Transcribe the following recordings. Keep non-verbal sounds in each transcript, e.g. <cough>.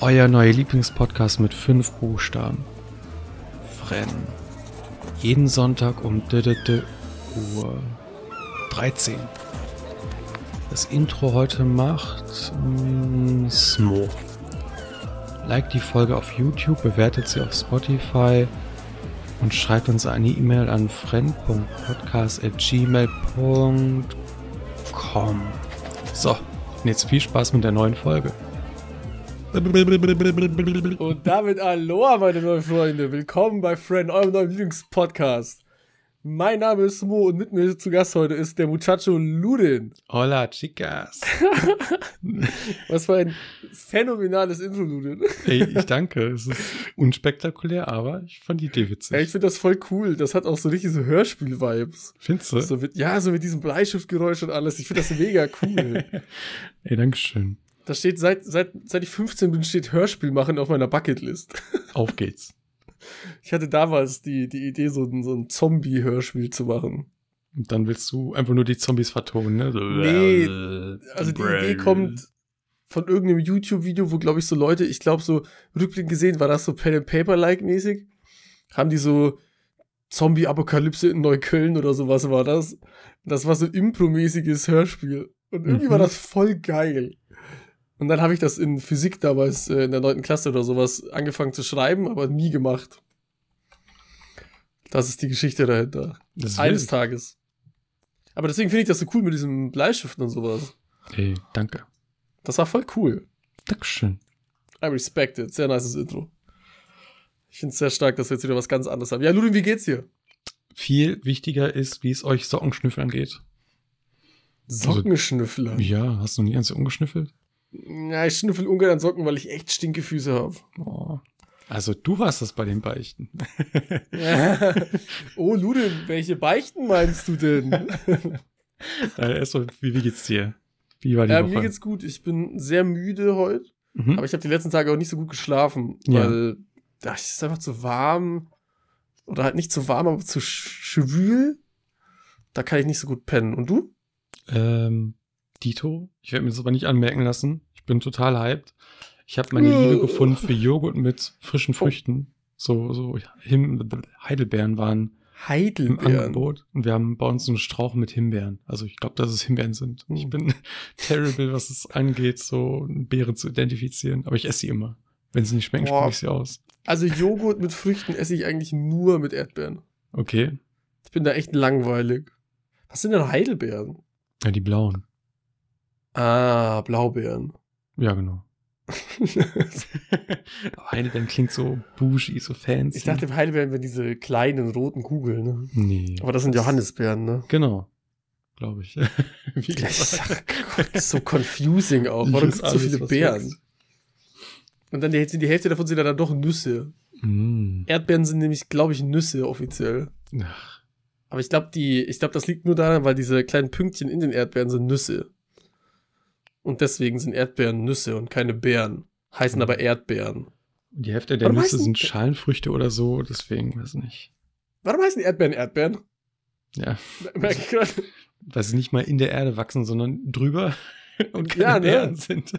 Euer neuer Lieblingspodcast mit fünf Buchstaben. Frennen. Jeden Sonntag um DDD Uhr 13. Das Intro heute macht mm, Smo. Liked die Folge auf YouTube, bewertet sie auf Spotify und schreibt uns eine E-Mail an friend.podcast.gmail.com. So, und jetzt viel Spaß mit der neuen Folge. Und damit Aloha, meine neuen Freunde. Willkommen bei Friend, eurem neuen Lieblingspodcast. Mein Name ist Mo und mit mir zu Gast heute ist der Muchacho Ludin. Hola, chicas. Was für ein phänomenales Intro, Ludin. Ey, ich danke. Es ist unspektakulär, aber ich fand die Idee witzig. Ja, ich finde das voll cool. Das hat auch so richtig so Hörspiel-Vibes. Findest du? So mit, ja, so mit diesem Bleistiftgeräusch und alles. Ich finde das mega cool. Ey, Dankeschön. Das steht seit, seit, seit ich 15 bin, steht Hörspiel machen auf meiner Bucketlist. Auf geht's. Ich hatte damals die, die Idee, so ein, so ein Zombie-Hörspiel zu machen. Und dann willst du einfach nur die Zombies vertonen, ne? So, Nee, äh, Also die brrr. Idee kommt von irgendeinem YouTube-Video, wo, glaube ich, so Leute, ich glaube, so rückblickend gesehen, war das so Pen and Paper-like-mäßig. Haben die so Zombie-Apokalypse in Neukölln oder sowas war das. Das war so ein impromäßiges Hörspiel. Und irgendwie Mhm. war das voll geil. Und dann habe ich das in Physik damals äh, in der 9. Klasse oder sowas angefangen zu schreiben, aber nie gemacht. Das ist die Geschichte dahinter. Das ist Eines wild. Tages. Aber deswegen finde ich das so cool mit diesem Bleistiften und sowas. Ey, danke. Das war voll cool. Dankeschön. I respect it. Sehr nices Intro. Ich finde es sehr stark, dass wir jetzt wieder was ganz anderes haben. Ja, Ludwig, wie geht's dir? Viel wichtiger ist, wie es euch Sockenschnüffeln geht. Also, Sockenschnüffler. Ja, hast du nie eins umgeschnüffelt? Ja, ich schnüffel ungern an Socken, weil ich echt <laughs> Stinkefüße habe. Oh. Also du warst das bei den <laughs> Beichten. oh, Ludwig, welche Beichten meinst du denn? Äh, Erstmal, wie, wie geht's dir? Wie war die ja, Woche? mir geht's gut. Ich bin sehr müde heute, mhm. aber ich habe die letzten Tage auch nicht so gut geschlafen, Ja. weil ach, es ist einfach zu warm. Oder halt nicht zu warm, aber zu sch- schwül. Da kann ich nicht so gut pennen. Und du? Ähm, Dito, ich werde mir das aber nicht anmerken lassen. Ich bin total hyped. Ich habe meine Liebe gefunden für Joghurt mit Oh. frischen Früchten. So, so Him Heidelbeeren waren im Heidelbeeren. Angebot. Und wir haben bei uns einen Strauch mit Himbeeren. Also ich glaube, dass es Himbeeren sind. Ich Hm. bin <laughs> terrible, was es angeht, so Beeren zu identifizieren. Aber ich esse sie immer. Wenn sie nicht schmecken, Boah. spucke ich sie aus. Also Joghurt mit Früchten esse ich eigentlich nur mit Erdbeeren. Okay. Ich bin da echt langweilig. Was sind denn Heidelbeeren? Ja, die blauen. <laughs> Ah, Blaubeeren. Ja, genau. Aber Heidelbeeren klingt so bougie, so fancy. ich dachte, Heidelbeeren wären diese kleinen roten Kugeln, ne? nee. Aber das sind Johannisbeeren, ne? Genau. Glaube ich. <laughs> Wie <laughs> Oh, Ich sag, Gott, das ist so confusing auch. Warum Ich gibt esse so alles, viele was Beeren? wächst. Und dann die, die Hälfte davon sind ja dann doch Nüsse. Mm. Erdbeeren sind nämlich, glaube ich, Nüsse offiziell. Ach, Aber ich glaube, die, ich glaube, das liegt nur daran, weil diese kleinen Pünktchen in den Erdbeeren sind Nüsse. Und deswegen sind Erdbeeren Nüsse und keine Beeren. Heißen Mhm. aber Erdbeeren. Die Hälfte der Warum Nüsse heißen- sind Schalenfrüchte oder so, deswegen weiß nicht. Warum heißen Erdbeeren Erdbeeren? <laughs> Ja, Merke <laughs> ich gerade. weil sie nicht mal in der Erde wachsen, sondern drüber <laughs> und keine Ja, ne? Beeren sind.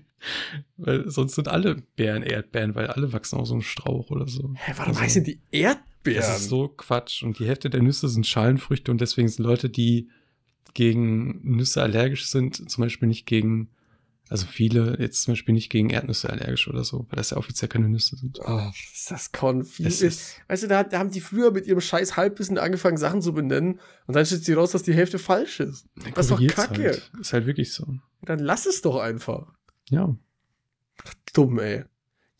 <laughs> weil sonst sind alle Beeren Erdbeeren, weil alle wachsen auf so einem Strauch oder so. Hä, warum Also, heißen die Erdbeeren? Das ist so Quatsch. Und die Hälfte der Nüsse sind Schalenfrüchte und deswegen sind Leute, die gegen Nüsse allergisch sind, zum Beispiel nicht gegen, also viele jetzt zum Beispiel nicht gegen Erdnüsse allergisch oder so, weil das ja offiziell keine Nüsse sind. Ah, ist das confusing. Es ist, weißt du, da, hat- da haben die früher mit ihrem scheiß Halbwissen angefangen, Sachen zu benennen. Und dann stellt sie raus, dass die Hälfte falsch ist. Das ist doch korrigiert's Kacke. Halt. Ist halt wirklich so. Dann lass es doch einfach. Ja. Dumm, ey.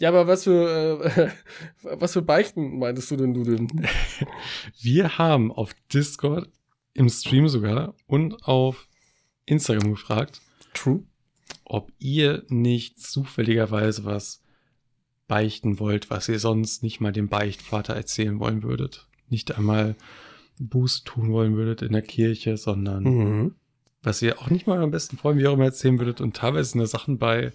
Ja, aber was für, äh, <laughs> was für Beichten meintest du denn, du denn? Wir haben auf Discord im Stream sogar und auf Instagram gefragt, True. ob ihr nicht zufälligerweise was beichten wollt, was ihr sonst nicht mal dem Beichtvater erzählen wollen würdet. Nicht einmal Buße tun wollen würdet in der Kirche, sondern Mhm. was ihr auch nicht mal am besten Freunden, wie auch immer, erzählen würdet. Und teilweise sind da Sachen bei,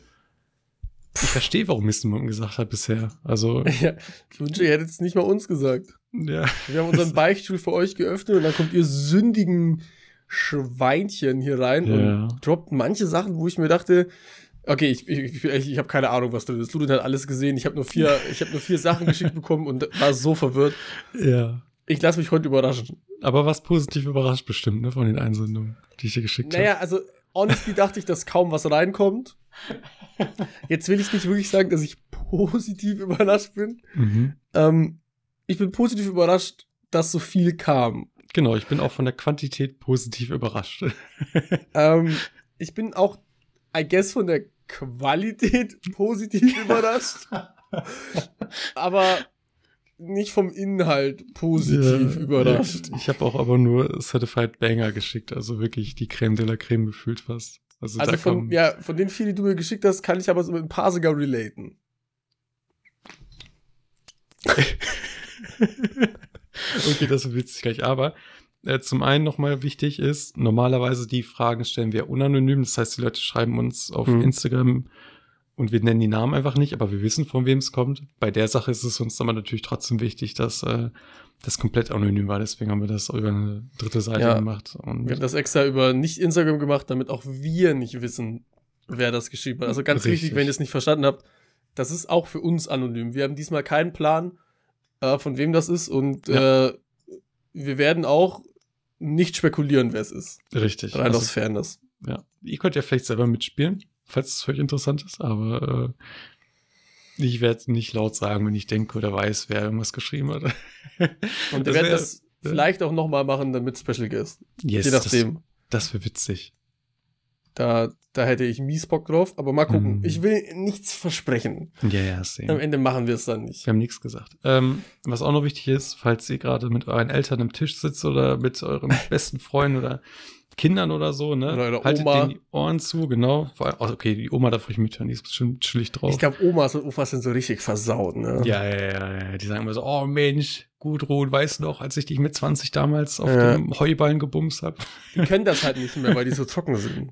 ich verstehe, warum ihr es niemandem gesagt habt bisher. <laughs> Also, <laughs> Ja, ich wünsche, ihr hättet es nicht mal uns gesagt. ja, Wir haben unseren Beichtstuhl für euch geöffnet und dann kommt ihr sündigen Schweinchen hier rein Ja. und droppt manche Sachen, wo ich mir dachte, Okay, ich, ich, ich, ich habe keine Ahnung, was drin ist. Ludin hat alles gesehen. Ich habe nur, vier- ich hab nur vier Sachen geschickt bekommen und war so verwirrt. Ja. Ich lasse mich heute überraschen. Aber was positiv überrascht bestimmt, ne, von den Einsendungen, die ich dir geschickt Naja, also, honestly dachte ich, dass kaum was reinkommt. Jetzt will ich nicht wirklich sagen, dass ich positiv <laughs> überrascht bin. habe. Mhm. Ähm, ich bin positiv überrascht, dass so viel kam. Genau, ich bin auch von der Quantität positiv überrascht. Ähm, ich bin auch, I guess, von der Qualität <laughs> positiv überrascht. aber nicht vom Inhalt positiv Ja, überrascht. ja. Ich habe auch aber nur Certified Banger geschickt, also wirklich die Creme de la Creme gefühlt fast. Also, Also da von, kommen- ja, von den vier, die du mir geschickt hast, kann ich aber so mit ein paar sogar relaten. Okay, das ist witzig gleich. Aber äh, zum einen nochmal wichtig ist, normalerweise die Fragen stellen wir unanonym. Das heißt, die Leute schreiben uns auf Mhm. Instagram und wir nennen die Namen einfach nicht, aber wir wissen, von wem es kommt. Bei der Sache ist es uns aber natürlich trotzdem wichtig, dass äh, das komplett anonym war. Deswegen haben wir das über eine dritte Seite Ja. gemacht. Und Wir haben das extra über nicht Instagram gemacht, damit auch wir nicht wissen, wer das geschrieben hat. Also ganz Richtig. wichtig, wenn ihr es nicht verstanden habt, das ist auch für uns anonym. Wir haben diesmal keinen Plan, äh, von wem das ist und äh, wir werden auch nicht spekulieren, wer es ist. richtig. Rein Also, aus Fairness. ja. Ihr könnt ja vielleicht selber mitspielen, falls es für euch interessant ist, aber äh, ich werde nicht laut sagen, wenn ich denke oder weiß, wer irgendwas geschrieben hat. Und wir Das werden wär- das vielleicht auch nochmal machen, damit Special Guest. Yes, <laughs> Je nachdem. Das, das wäre witzig. Da, da hätte ich mies Bock drauf, aber mal gucken. Mhm. Ich will nichts versprechen. Ja, ja, same. Am Ende machen wir es dann nicht. Wir haben nichts gesagt. Ähm, was auch noch wichtig ist, falls ihr gerade mit euren Eltern am Tisch sitzt oder mit <laughs> euren besten Freunden oder Kindern oder so, ne? Oder eurer haltet Oma. denen die Ohren zu, genau. Vor allem, oh, okay, die Oma darf ich mithören, die ist bestimmt chillig drauf. Ich glaube, Omas und Opas sind so richtig versaut, ne? <laughs> ja, ja, ja, ja, die sagen immer so, oh Mensch, Gudrun, weißt du noch, als ich dich mit 20 damals auf Ja. dem Heuballen gebumst habe? Die können das halt nicht mehr, weil die so trocken sind.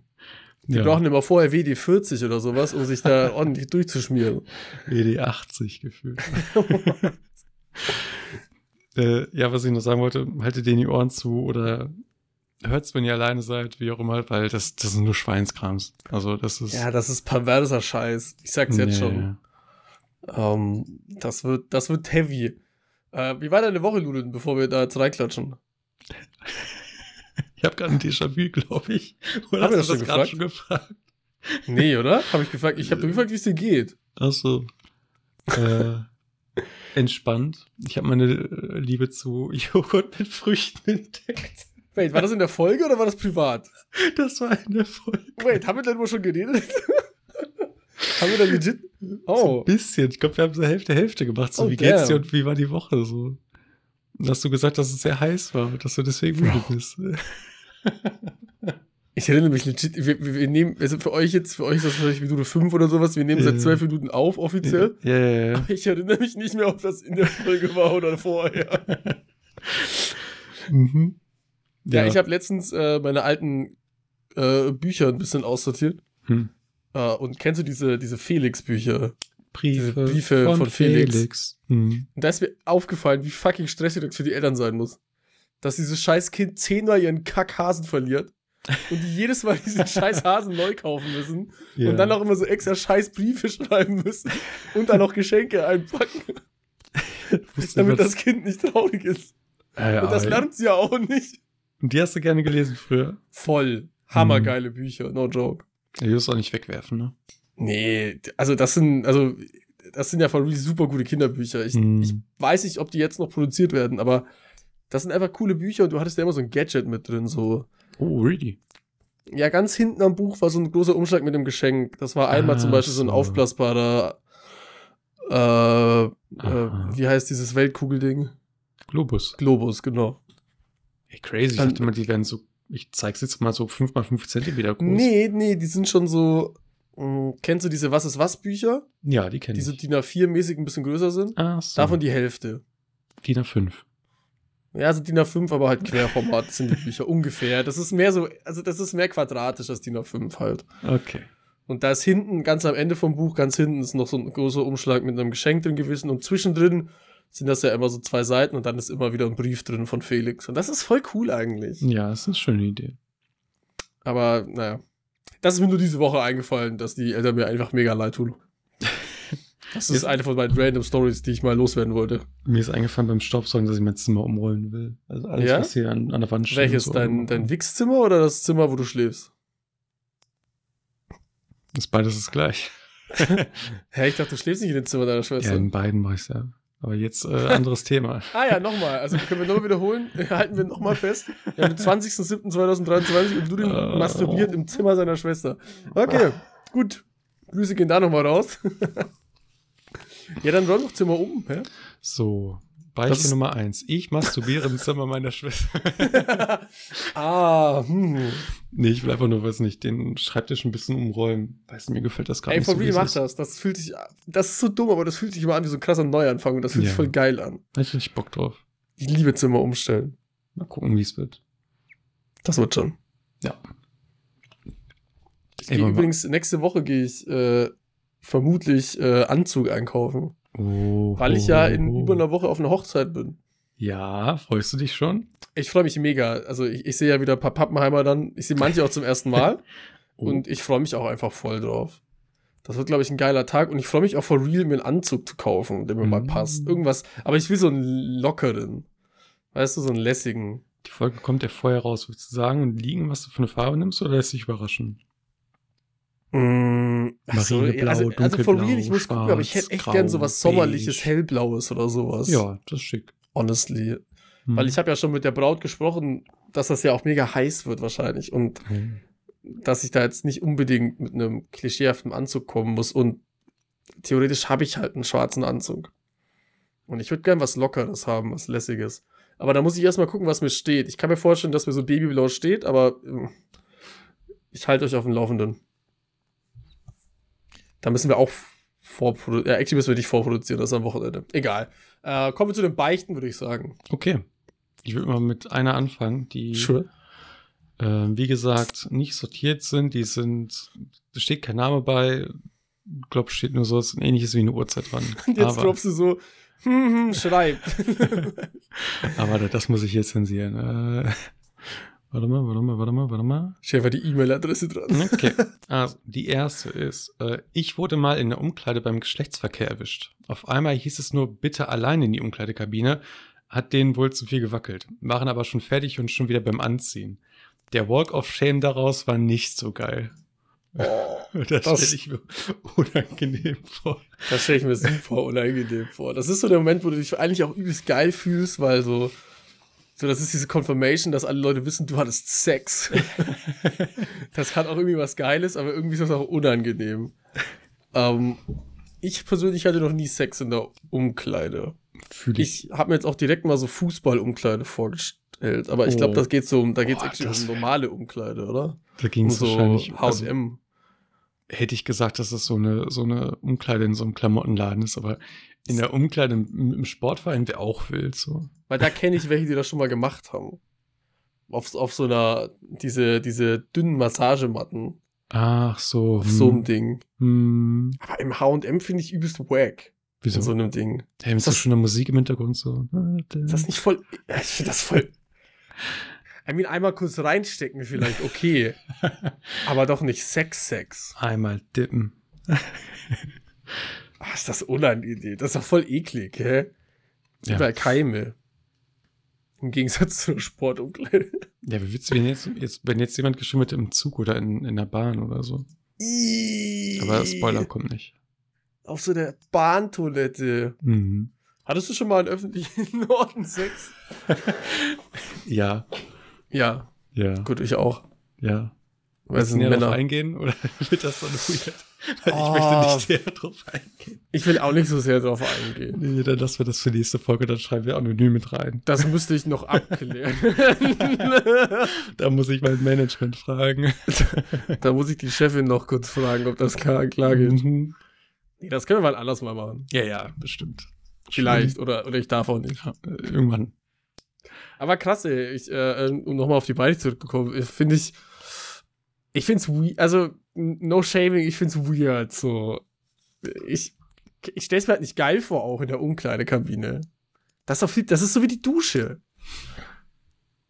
Die Ja, brauchen immer vorher WD40 oder sowas, um <laughs> sich da ordentlich durchzuschmieren. WD 80 gefühlt. <laughs> äh, ja, was ich noch sagen wollte, haltet denen die Ohren zu oder hört's, wenn ihr alleine seid, wie auch immer, weil das, das sind nur Schweinskrams. Also das ist. Ja, das ist perverser Scheiß. Ich sag's Nee. jetzt schon. Ähm, das, wird, das wird heavy. Äh, wie war deine Woche, Ludin, bevor wir da jetzt reinklatschen? Ich habe gerade ein Déjà-vu, glaube ich. Oder Haben wir hast das du schon gerade schon gefragt? Nee, oder? Hab ich gefragt. Ich habe gefragt, wie es dir geht. Ach so. <laughs> Äh, entspannt. Ich habe meine äh, Liebe zu Joghurt mit Früchten entdeckt. Wait, war das in der Folge oder war das privat? Das war eine Folge. Wait, haben wir darüber schon geredet? <laughs> haben wir da legit? Oh. Ein bisschen. Ich glaube, wir haben so Hälfte, Hälfte gemacht. So, Oh, wie geht's dir damn. und wie war die Woche so? Und hast du gesagt, dass es sehr heiß war und dass du deswegen müde bist. Ich erinnere mich legit, wir, wir, wir nehmen, also für euch jetzt, für euch ist das vielleicht Minute 5 oder sowas, wir nehmen Ja. seit 12 Minuten auf, offiziell. Ja, ja, ja. Ich erinnere mich nicht mehr, ob das in der Folge war oder vorher. Mhm. Ja, ich habe letztens äh, meine alten äh, Bücher ein bisschen aussortiert. Hm. Äh, und kennst du diese, diese Felix-Bücher? Briefe, diese Briefe von Felix. Mhm. Und da ist mir aufgefallen, wie fucking stressig das für die Eltern sein muss. Dass dieses scheiß Kind zehnmal ihren Kackhasen verliert und die jedes Mal diesen scheiß Hasen neu kaufen müssen Ja. und dann auch immer so extra scheiß Briefe schreiben müssen und dann noch Geschenke einpacken, Wusste damit das niemand- Kind nicht traurig ist. Ja, ja, Und das aber- lernt sie ja auch nicht. Und die hast du gerne gelesen früher. Voll. Hammergeile Bücher, no joke. Ja, die wirst du auch nicht wegwerfen, ne? Nee, also das sind, also das sind ja von really super gute Kinderbücher. Ich, Mhm. ich weiß nicht, ob die jetzt noch produziert werden, aber das sind einfach coole Bücher und du hattest ja immer so ein Gadget mit drin, so. Oh, really? Ja, ganz hinten am Buch war so ein großer Umschlag mit dem Geschenk. Das war einmal zum Ah, Beispiel so ein so. aufblasbarer, äh, äh, Aha. wie heißt dieses Weltkugelding? Globus. Globus, genau. Ey, crazy. Ich Dann- dachte immer, die werden so, ich zeig's jetzt mal so 5x5 Zentimeter groß. Nee, nee, die sind schon so, mh, kennst du diese Was-ist-was-Bücher? Ja, die kenne Die so ich. DIN A4-mäßig ein bisschen größer sind? Ach so. Davon die Hälfte. DIN A5. Ja, also DIN A5, aber halt Querformat sind die Bücher ungefähr. Das ist mehr so, also das ist mehr quadratisch als DIN A5 halt. Okay. Und da ist hinten, ganz am Ende vom Buch, ganz hinten ist noch so ein großer Umschlag mit einem Geschenk drin gewesen. Und zwischendrin sind das ja immer so zwei Seiten und dann ist immer wieder ein Brief drin von Mhm. Felix. Und das ist voll cool eigentlich. Ja, das ist eine schöne Idee. Aber naja, Das ist mir nur diese Woche eingefallen, dass die Eltern mir einfach mega leid tun. Das ist eine von meinen random Stories, die ich mal loswerden wollte. Mir ist eingefallen beim Staubsaugen, dass ich mein Zimmer umrollen will. Also alles, Ja? was hier an, an der Wand steht. und Welches? so Dein, dein Wichszimmer oder das Zimmer, wo du schläfst? Ist beides das gleich. Hä, ich dachte, du schläfst nicht in dem Zimmer deiner Ja, Schwester. in beiden mache ich ja. Aber jetzt äh, anderes <laughs> Thema. Ah ja, nochmal. Also können wir nochmal wiederholen. <laughs> Halten wir nochmal fest. Wir haben den 20.07.2023 und du den Äh. masturbiert im Zimmer seiner Schwester. Okay, Ah. gut. Grüße gehen da nochmal raus. ja, dann räum doch Zimmer um. <laughs> Hä? So, Das Beispiel ist- Nummer eins. Ich masturbiere im Zimmer meiner Schwester. <laughs> Ah, hm. Nee, ich will einfach nur, weiß nicht, den Schreibtisch ein bisschen umräumen. Weißt du, mir gefällt das gerade Ey, nicht so. for wie real es mach ist. das. Das fühlt sich, das ist so dumm, aber das fühlt sich immer an wie so ein krasser Neuanfang und das fühlt Ja. sich voll geil an. Da hätte ich richtig Bock drauf. Ich liebe Zimmer umstellen. Mal gucken, wie es wird. Das wird schon. Ja. Ich Ey, gehe wollen wir- übrigens, nächste Woche gehe ich äh, vermutlich äh, Anzug einkaufen. Oh, Weil ich ja oh, in oh. über einer Woche auf einer Hochzeit bin. Ja, freust du dich schon? Ich freue mich mega. Also ich, ich sehe ja wieder ein paar Pappenheimer dann. Ich sehe manche auch zum ersten <laughs> Mal. Oh. Und ich freue mich auch einfach voll drauf. Das wird, glaube ich, ein geiler Tag. Und ich freue mich auch for real, mir einen Anzug zu kaufen, der mir mal Mhm. passt. Irgendwas. Aber ich will so einen lockeren. Weißt du, so einen lässigen. Die Folge kommt ja vorher raus. Willst du sagen und liegen, was du für eine Farbe nimmst oder lässt dich überraschen? Mm, ach so, Marineblau, also, also for real, dunkelblau, ich muss gucken, aber ich hätte echt schwarz, gern so was grau, sommerliches, beige. hellblaues oder sowas. Ja, das ist schick. Honestly. Mhm. Hm. Weil ich habe ja schon mit der Braut gesprochen, dass das ja auch mega heiß wird wahrscheinlich. Und Hm. dass ich da jetzt nicht unbedingt mit einem klischeehaften Anzug kommen muss. Und theoretisch habe ich halt einen schwarzen Anzug. Und ich würde gern was Lockeres haben, was Lässiges. Aber da muss ich erstmal gucken, was mir steht. Ich kann mir vorstellen, dass mir so Babyblau steht, aber ähm, ich halte euch auf dem Laufenden. Da müssen wir auch vorproduzieren. Ja, actually müssen wir nicht vorproduzieren, das ist am Wochenende. Egal. Äh, kommen wir zu den Beichten, würde ich sagen. Okay. Ich würde mal mit einer anfangen, die, äh, wie gesagt, nicht sortiert sind. Die sind, da steht kein Name bei. Ich glaube, steht nur so ein ähnliches wie eine Uhrzeit dran. Und <laughs> jetzt aber, droppst du so, hm, hm, schreib. aber das muss ich jetzt zensieren. Äh, <laughs> warte mal, warte mal, warte mal, warte mal. Stell einfach die E-Mail-Adresse dran. <laughs> Okay. Also, die erste ist, äh, ich wurde mal in der Umkleide beim Geschlechtsverkehr erwischt. Auf einmal hieß es nur, bitte allein in die Umkleidekabine. Hat denen wohl zu viel gewackelt. Waren aber schon fertig und schon wieder beim Anziehen. Der Walk of Shame daraus war nicht so geil. Oh, <laughs> Das, Das- stelle ich mir <laughs> unangenehm vor. das stelle ich mir super unangenehm vor. Das ist so der Moment, wo du dich eigentlich auch übelst geil fühlst, weil so, so das ist diese Confirmation, dass alle Leute wissen, du hattest <laughs> Sex. das hat auch irgendwie was Geiles, aber irgendwie ist das auch unangenehm. Ähm, ich persönlich hatte noch nie Sex in der Umkleide. Fühle ich. Ich habe mir jetzt auch direkt mal so Fußballumkleide vorgestellt, aber ich Oh. glaube, das geht so um, da geht Boah, es das um wär- normale Umkleide, oder? Da ging Um es so wahrscheinlich. HM. Also, hätte ich gesagt, dass es so eine, so eine Umkleide in so einem Klamottenladen ist, aber in der Umkleide im, im Sportverein wäre auch wild. So. Weil da kenne ich welche, die das schon mal gemacht haben. Auf, auf so einer, diese, diese dünnen Massagematten. Ach so. Auf so hm. einem Ding. Hm, Aber im HM finde ich übelst wack. wieso? In so einem Ding. hey, ist Also, das das- schon eine Musik im Hintergrund so? Ist das nicht voll. <laughs> Ich finde das voll. I mean, einmal kurz reinstecken <laughs> vielleicht, okay. aber doch nicht Sex-Sex. Einmal dippen. Ach, Ah, ist das unangenehm. Das ist doch voll eklig, hä? Ja. Überall Keime. Im Gegensatz zur Sportumkleide. Ja, wie witzig, wenn jetzt, jetzt, wenn jetzt jemand geschrieben hätte im Zug oder in, in der Bahn oder so. Aber Spoiler kommt nicht. Auf so der Bahntoilette. Mhm. Hattest du schon mal einen öffentlichen <laughs> Orten Sex? Ja, Ja, ja, gut, ich auch. ja. Weil es sind näher darauf Männer. eingehen oder wird das dann weird? Weil Ah. <laughs> ich möchte nicht näher drauf eingehen. Ich will auch nicht so sehr drauf eingehen. Nee, dann lassen wir das für die nächste Folge, dann schreiben wir anonym mit <laughs> rein. Das müsste ich noch abklären. <laughs> Da muss ich mein Management fragen. da muss ich die Chefin noch kurz fragen, ob das klar, klar geht. Mhm. Nee, das können wir mal anders mal machen. Ja, ja, bestimmt. Vielleicht. Oder, oder ich darf auch nicht. Ja, äh, irgendwann. Aber krass, ey. Ich, äh, um nochmal auf die Beine zurückzukommen, ich- finde ich. Ich finde es weird. Also, n- no shaming, ich finde es weird. So. Ich, ich stelle es mir halt nicht geil vor, auch in der Umkleidekabine. Das ist, doch viel, das ist so wie die Dusche.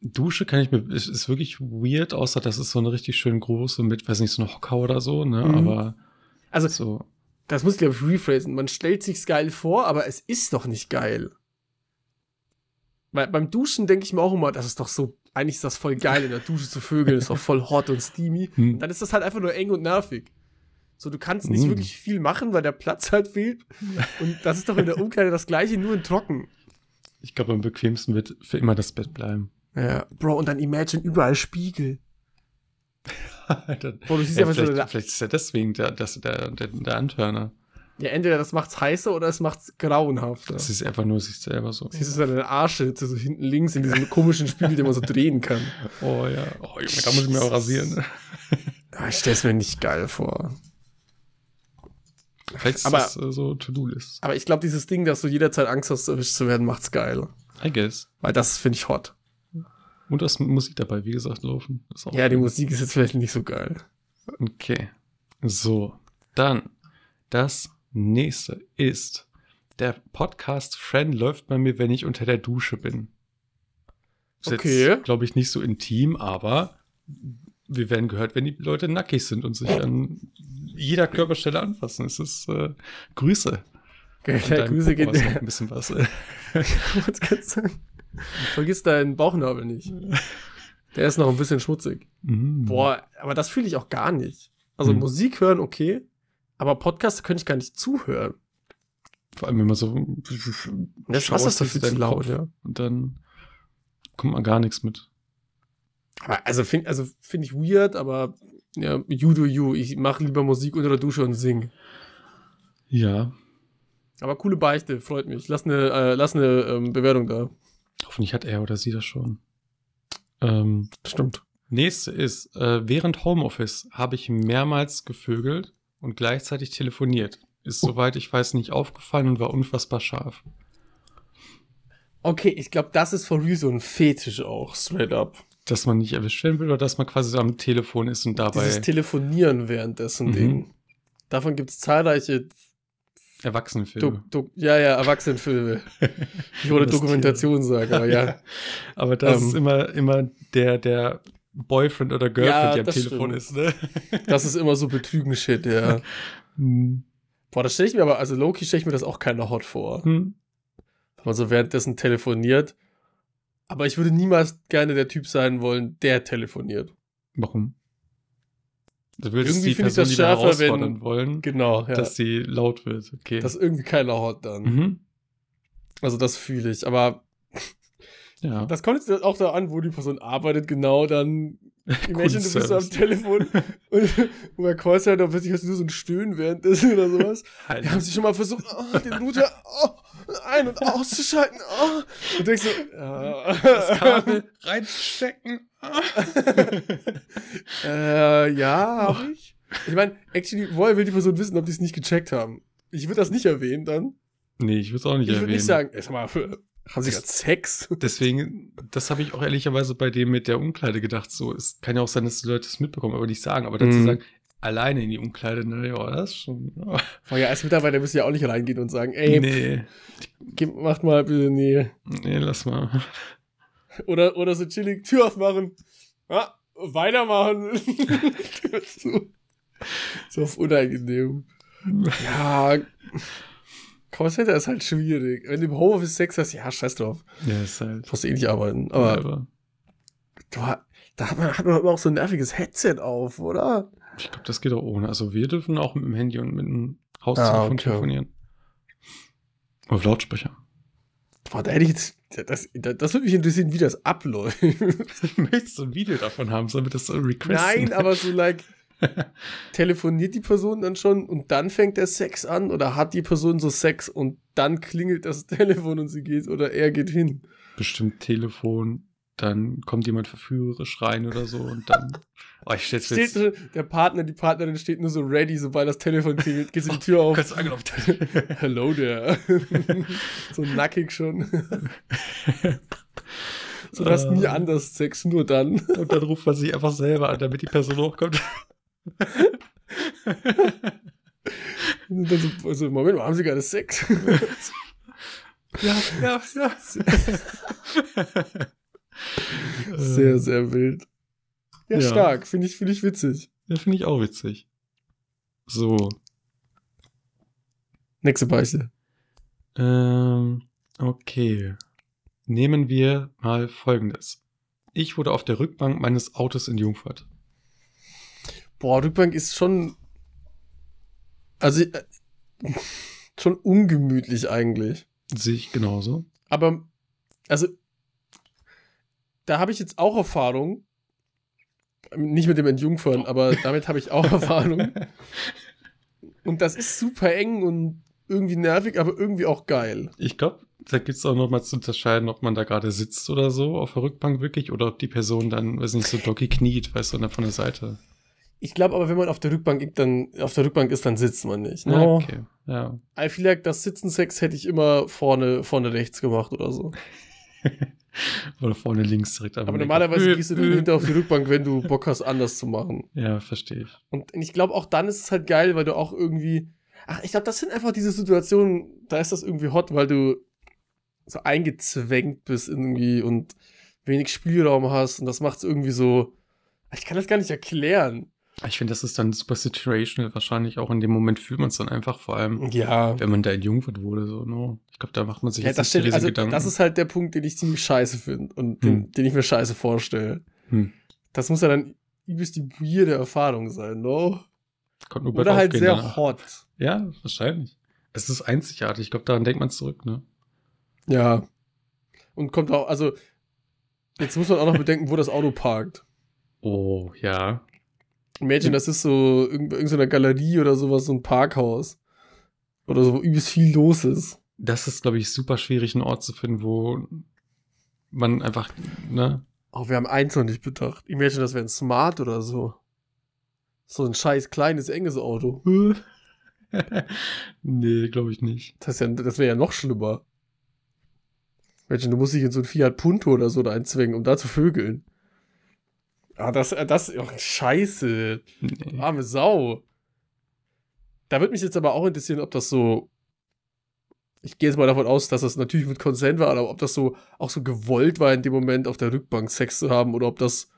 Dusche kann ich mir, ist, ist wirklich weird, außer dass es so eine richtig schön große mit, weiß nicht, so eine Hocker oder so, ne? Mhm. Aber Also, so, das muss ich, glaube ich, rephrasen. Man stellt sich's geil vor, aber es ist doch nicht geil. Weil beim Duschen denke ich mir auch immer, das ist doch so, eigentlich ist das voll geil, in der Dusche zu vögeln, ist doch voll hot und steamy. hm, Dann ist das halt einfach nur eng und nervig. So, du kannst nicht Mhm. wirklich viel machen, weil der Platz halt fehlt. Und das ist doch in der Umkleide das gleiche, nur in trocken. ich glaube, am bequemsten wird für immer das Bett bleiben. <laughs> Ja, Bro, und dann imagine überall Spiegel. Alter. Bro, du siehst Ja, einfach so, vielleicht, vielleicht ist ja deswegen der, das, der, der, der Antörner. ja, entweder das macht's heißer oder es macht's grauenhafter. Das ist einfach nur sich selber so. Siehst du seine Arschritze so hinten links in diesem komischen Spiegel, den man so drehen kann. Oh ja. Oh Junge, da muss ich mir auch <laughs> rasieren. Ah, Ich stell's mir nicht geil vor. Vielleicht ist Aber- das äh, so To-Do-List. Aber ich glaube, dieses Ding, dass du jederzeit Angst hast, erwischt zu werden, macht's geil. I guess. Weil das finde ich hot. Und das mit Musik dabei, wie gesagt, laufen. Ist auch Ja, die Musik ist jetzt vielleicht nicht so geil. Okay. So, dann das nächste ist der Podcast Friend läuft bei mir, wenn ich unter der Dusche bin. Okay. glaube ich, nicht so intim, aber wir werden gehört, wenn die Leute nackig sind und sich an jeder Körperstelle anfassen. Es ist äh, Grüße. Geil, An deinem Grüße Popo geht ist noch ein bisschen <laughs> was. Was kannst du sagen? Vergiss deinen Bauchnabel nicht. Der ist noch ein bisschen schmutzig. Mm. Boah, aber das fühle ich auch gar nicht. Also Hm. Musik hören, okay. Aber Podcast könnte ich gar nicht zuhören. Vor allem, wenn man so Das schaust Wasser ist doch durch viel zu deinen laut, Kopf ja. und dann kommt man gar nichts mit. Aber also finde also find ich weird, aber ja, you do you. Ich mache lieber Musik unter der Dusche und sing. Ja, Aber coole Beichte, freut mich. Lass eine, äh, lass eine ähm, Bewertung da. Hoffentlich hat er oder sie das schon. Ähm, Stimmt. nächste ist, äh, während Homeoffice habe ich mehrmals gevögelt und gleichzeitig telefoniert. Ist, Oh. soweit ich weiß, nicht aufgefallen und war unfassbar scharf. Okay, ich glaube, das ist for real so ein Fetisch auch, straight up. Dass man nicht erwischt werden will oder dass man quasi so am Telefon ist und Dieses dabei Telefonieren währenddessen Mhm. Ding. Davon gibt es zahlreiche Erwachsenenfilme. Dok- Dok- ja, ja, Erwachsenenfilme. Ich wollte Das Dokumentation sagen, <laughs> aber ja. Aber das Ähm. ist immer, immer der, der Boyfriend oder Girlfriend, Ja, der am das Telefon ist, ne? Das ist immer so Betrügen-Shit, ja. Hm. Boah, das stelle ich mir aber, also Loki stelle ich mir das auch keiner hot vor. Hm. wenn man so währenddessen telefoniert. Aber ich würde niemals gerne der Typ sein wollen, der telefoniert. Warum? Du willst Irgendwie die finde ich Person das lieber schärfer, wenn- herausfordern wollen, Genau, ja. dass Das, sie laut wird. Okay. ist irgendwie keiner hot dann. mhm. Also das fühle ich. Aber Ja. <laughs> das kommt jetzt auch da an, wo die Person arbeitet, genau <laughs> dann. Imagine, du bist so am Kundenservice. <laughs> Telefon und, halt, und bei Callcenter plötzlich hast du nur so ein Stöhnen währenddessen oder sowas. Die haben Alter. sich schon mal versucht, oh, den Router oh, ein- und auszuschalten. Oh. Und du denkst so, ja, Das <laughs> Kabel <laughs> reinstecken. <laughs> Äh, ja, hab ich. Ich meine, actually, woher will die Person wissen, ob die es nicht gecheckt haben? Ich würde das nicht erwähnen dann. nee, ich würde es auch nicht Ich würde erwähnen. nicht sagen, ey, sag mal, haben sie Das- gerade Sex? Deswegen, das habe ich auch ehrlicherweise bei dem mit der Umkleide gedacht. So, es kann ja auch sein, dass die Leute es mitbekommen, aber nicht sagen. Aber dann zu Mhm. sagen, alleine in die Umkleide, naja, das ist schon. Ja. Weil ja, als Mitarbeiter müsst ihr ja auch nicht reingehen und sagen, ey, Nee, geh- macht mal bitte, nee. nee, lass mal. <laughs> Oder, oder so chillig, Tür aufmachen. Ah, weitermachen. Tür zu. So auf unangenehm. Ja, Callcenter ist halt schwierig. Wenn du im Homeoffice Sex hast, ja, scheiß drauf. Ja, ist halt. Brauchst du eh nicht arbeiten. Aber Du, ha- da hat man, hat man aber auch so ein nerviges Headset auf, oder? Ich glaube, das geht auch ohne. Also wir dürfen auch mit dem Handy und mit dem Haustelefon Ah, okay. telefonieren. Auf Lautsprecher. Boah, da hätte ich jetzt, das, das, das würde mich interessieren, wie das abläuft. <laughs> Möchtest du ein Video davon haben, damit das so requesten? Nein, aber so, <laughs> like, telefoniert die Person dann schon und dann fängt der Sex an oder hat die Person so Sex und dann klingelt das <laughs> Telefon und sie geht oder er geht hin. bestimmt Telefon, dann kommt jemand verführerisch rein oder so und dann. <laughs> Oh, ich stell's mir Steht, jetzt so- der Partner, die Partnerin steht nur so ready, sobald das Telefon klingelt, geht sie die <laughs> Tür auf. kurz angelaufen. Hello there. <laughs> so nackig schon. <laughs> so, du hast nie Ah. anders Sex, nur dann. <laughs> und dann ruft man sich einfach selber an, damit die Person <laughs> hochkommt. Und dann so, also, Moment mal, haben sie gerade Sex? <laughs> ja, ja, ja. Ähm, Sehr, sehr wild. Ja, Ja. stark. Finde ich, finde ich witzig. Ja, finde ich auch witzig. So, Nächste Beichte. Ähm, okay. Nehmen wir mal folgendes. Ich wurde auf der Rückbank meines Autos in Jungfurt. Boah, Rückbank ist schon. Also. Äh, <laughs> schon ungemütlich eigentlich. Sehe ich genauso. Aber, also, da habe ich jetzt auch Erfahrung. Nicht mit dem Entjungfern, Oh. aber damit habe ich <laughs> auch Erfahrung. Und das ist super eng und irgendwie nervig, aber irgendwie auch geil. Ich glaube, da gibt's auch nochmal zu unterscheiden, ob man da gerade sitzt oder so auf der Rückbank wirklich oder ob die Person dann, weiß nicht, so docky kniet, weißt du, und dann von der Seite. Ich glaube aber, wenn man auf der Rückbank ist, dann, auf der Rückbank ist, dann sitzt man nicht. Ja, Ne? okay. Ja. Also Vielleicht das Sitzensex hätte ich immer vorne, vorne rechts gemacht oder so. Oder vorne links direkt einfach Aber weg. normalerweise Ö, gehst du ö. dann hinter auf die Rückbank, wenn du Bock hast, anders zu machen. Ja, verstehe ich. Und ich glaube, auch dann ist es halt geil, weil du auch irgendwie. Ach, ich glaube, das sind einfach diese Situationen, da ist das irgendwie hot, weil du so eingezwängt bist irgendwie und wenig Spielraum hast und das macht es irgendwie so. Ich kann das gar nicht erklären. Ich finde, das ist dann super situational. Wahrscheinlich auch in dem Moment fühlt man es dann einfach vor allem. Ja. wenn man da in Jungfurt wurde, so, no. Ich glaube, da macht man sich Mhm. ja jetzt das, nicht so stellt, diese also, Gedanken. das ist halt der Punkt, den ich ziemlich scheiße finde und den, Hm. den ich mir scheiße vorstelle. Hm. Das muss ja dann übelst die weirde Erfahrung sein, no? Kommt nur Oder halt sehr danach. hot. Ja, wahrscheinlich. Es ist einzigartig. Ich glaube, daran denkt man zurück, ne? Ja. Und kommt auch, also, jetzt muss man auch noch bedenken, wo das Auto parkt. Oh, ja. Imagine, das ist so irgend- irgendeine Galerie oder sowas, so ein Parkhaus. Oder so, wo übelst viel los ist. Das ist, glaube ich, super schwierig, einen Ort zu finden, wo man einfach, ne? <laughs> Oh, wir haben eins noch nicht bedacht. Imagine, das wäre ein Smart oder so. So ein scheiß kleines, enges Auto. nee, glaube ich nicht. Das, ist ja, das wäre ja noch schlimmer. Imagine, du musst dich in so ein Fiat Punto oder so da einzwängen, um da zu vögeln. Ah, das, äh, das, oh, scheiße. Nee. Arme Sau. Da würde mich jetzt aber auch interessieren, ob das so. Ich gehe jetzt mal davon aus, dass das natürlich mit Konsent war, aber ob das so auch so gewollt war, in dem Moment auf der Rückbank Sex zu haben oder ob das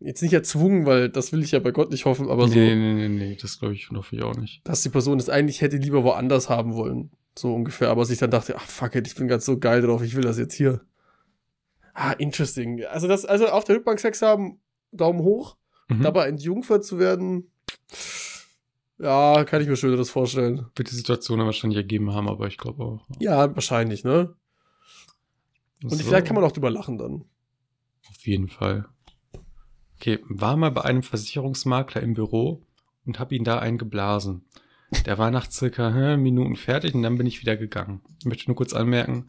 jetzt nicht erzwungen, weil das will ich ja bei Gott nicht hoffen, aber so, nee, nee, nee, nee, das glaube ich, hoffe ich auch nicht. dass die Person es eigentlich hätte lieber woanders haben wollen. So ungefähr, aber sich dann dachte, ach fuck it, ich bin ganz so geil drauf, ich will das jetzt hier. Ah, interesting. Also das, also auf der Rückbank Sex haben, Daumen hoch. Mhm. Dabei entjungfert zu werden, ja, kann ich mir schöneres vorstellen. wird die Situation dann wahrscheinlich ergeben haben, aber ich glaube auch. Ja, wahrscheinlich, ne? Und vielleicht kann man auch drüber lachen dann. Auf jeden Fall. Okay, war mal bei einem Versicherungsmakler im Büro und habe ihn da eingeblasen. Der war nach circa hä, Minuten fertig und dann bin ich wieder gegangen. Ich möchte nur kurz anmerken,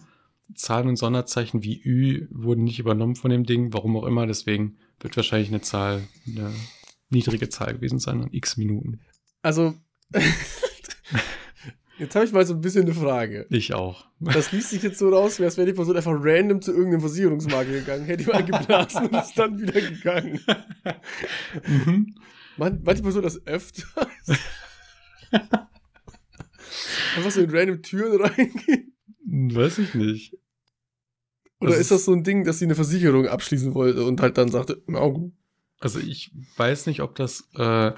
Zahlen und Sonderzeichen wie Ü wurden nicht übernommen von dem Ding, warum auch immer, deswegen wird wahrscheinlich eine Zahl, eine niedrige Zahl gewesen sein und x Minuten. Also, <laughs> jetzt habe ich mal so ein bisschen eine Frage. Ich auch. <laughs> Das liest sich jetzt so raus, als wäre die Person einfach random zu irgendeinem Versicherungsmarkt gegangen, hätte ihm eingeblasen und ist dann wieder gegangen. Mhm. Man, manche Person das öfter. <laughs> einfach so in random Türen reingehen. Weiß ich nicht. Oder Das ist das so ein Ding, dass sie eine Versicherung abschließen wollte und halt dann sagte, na gut. Also ich weiß nicht, ob das. Äh,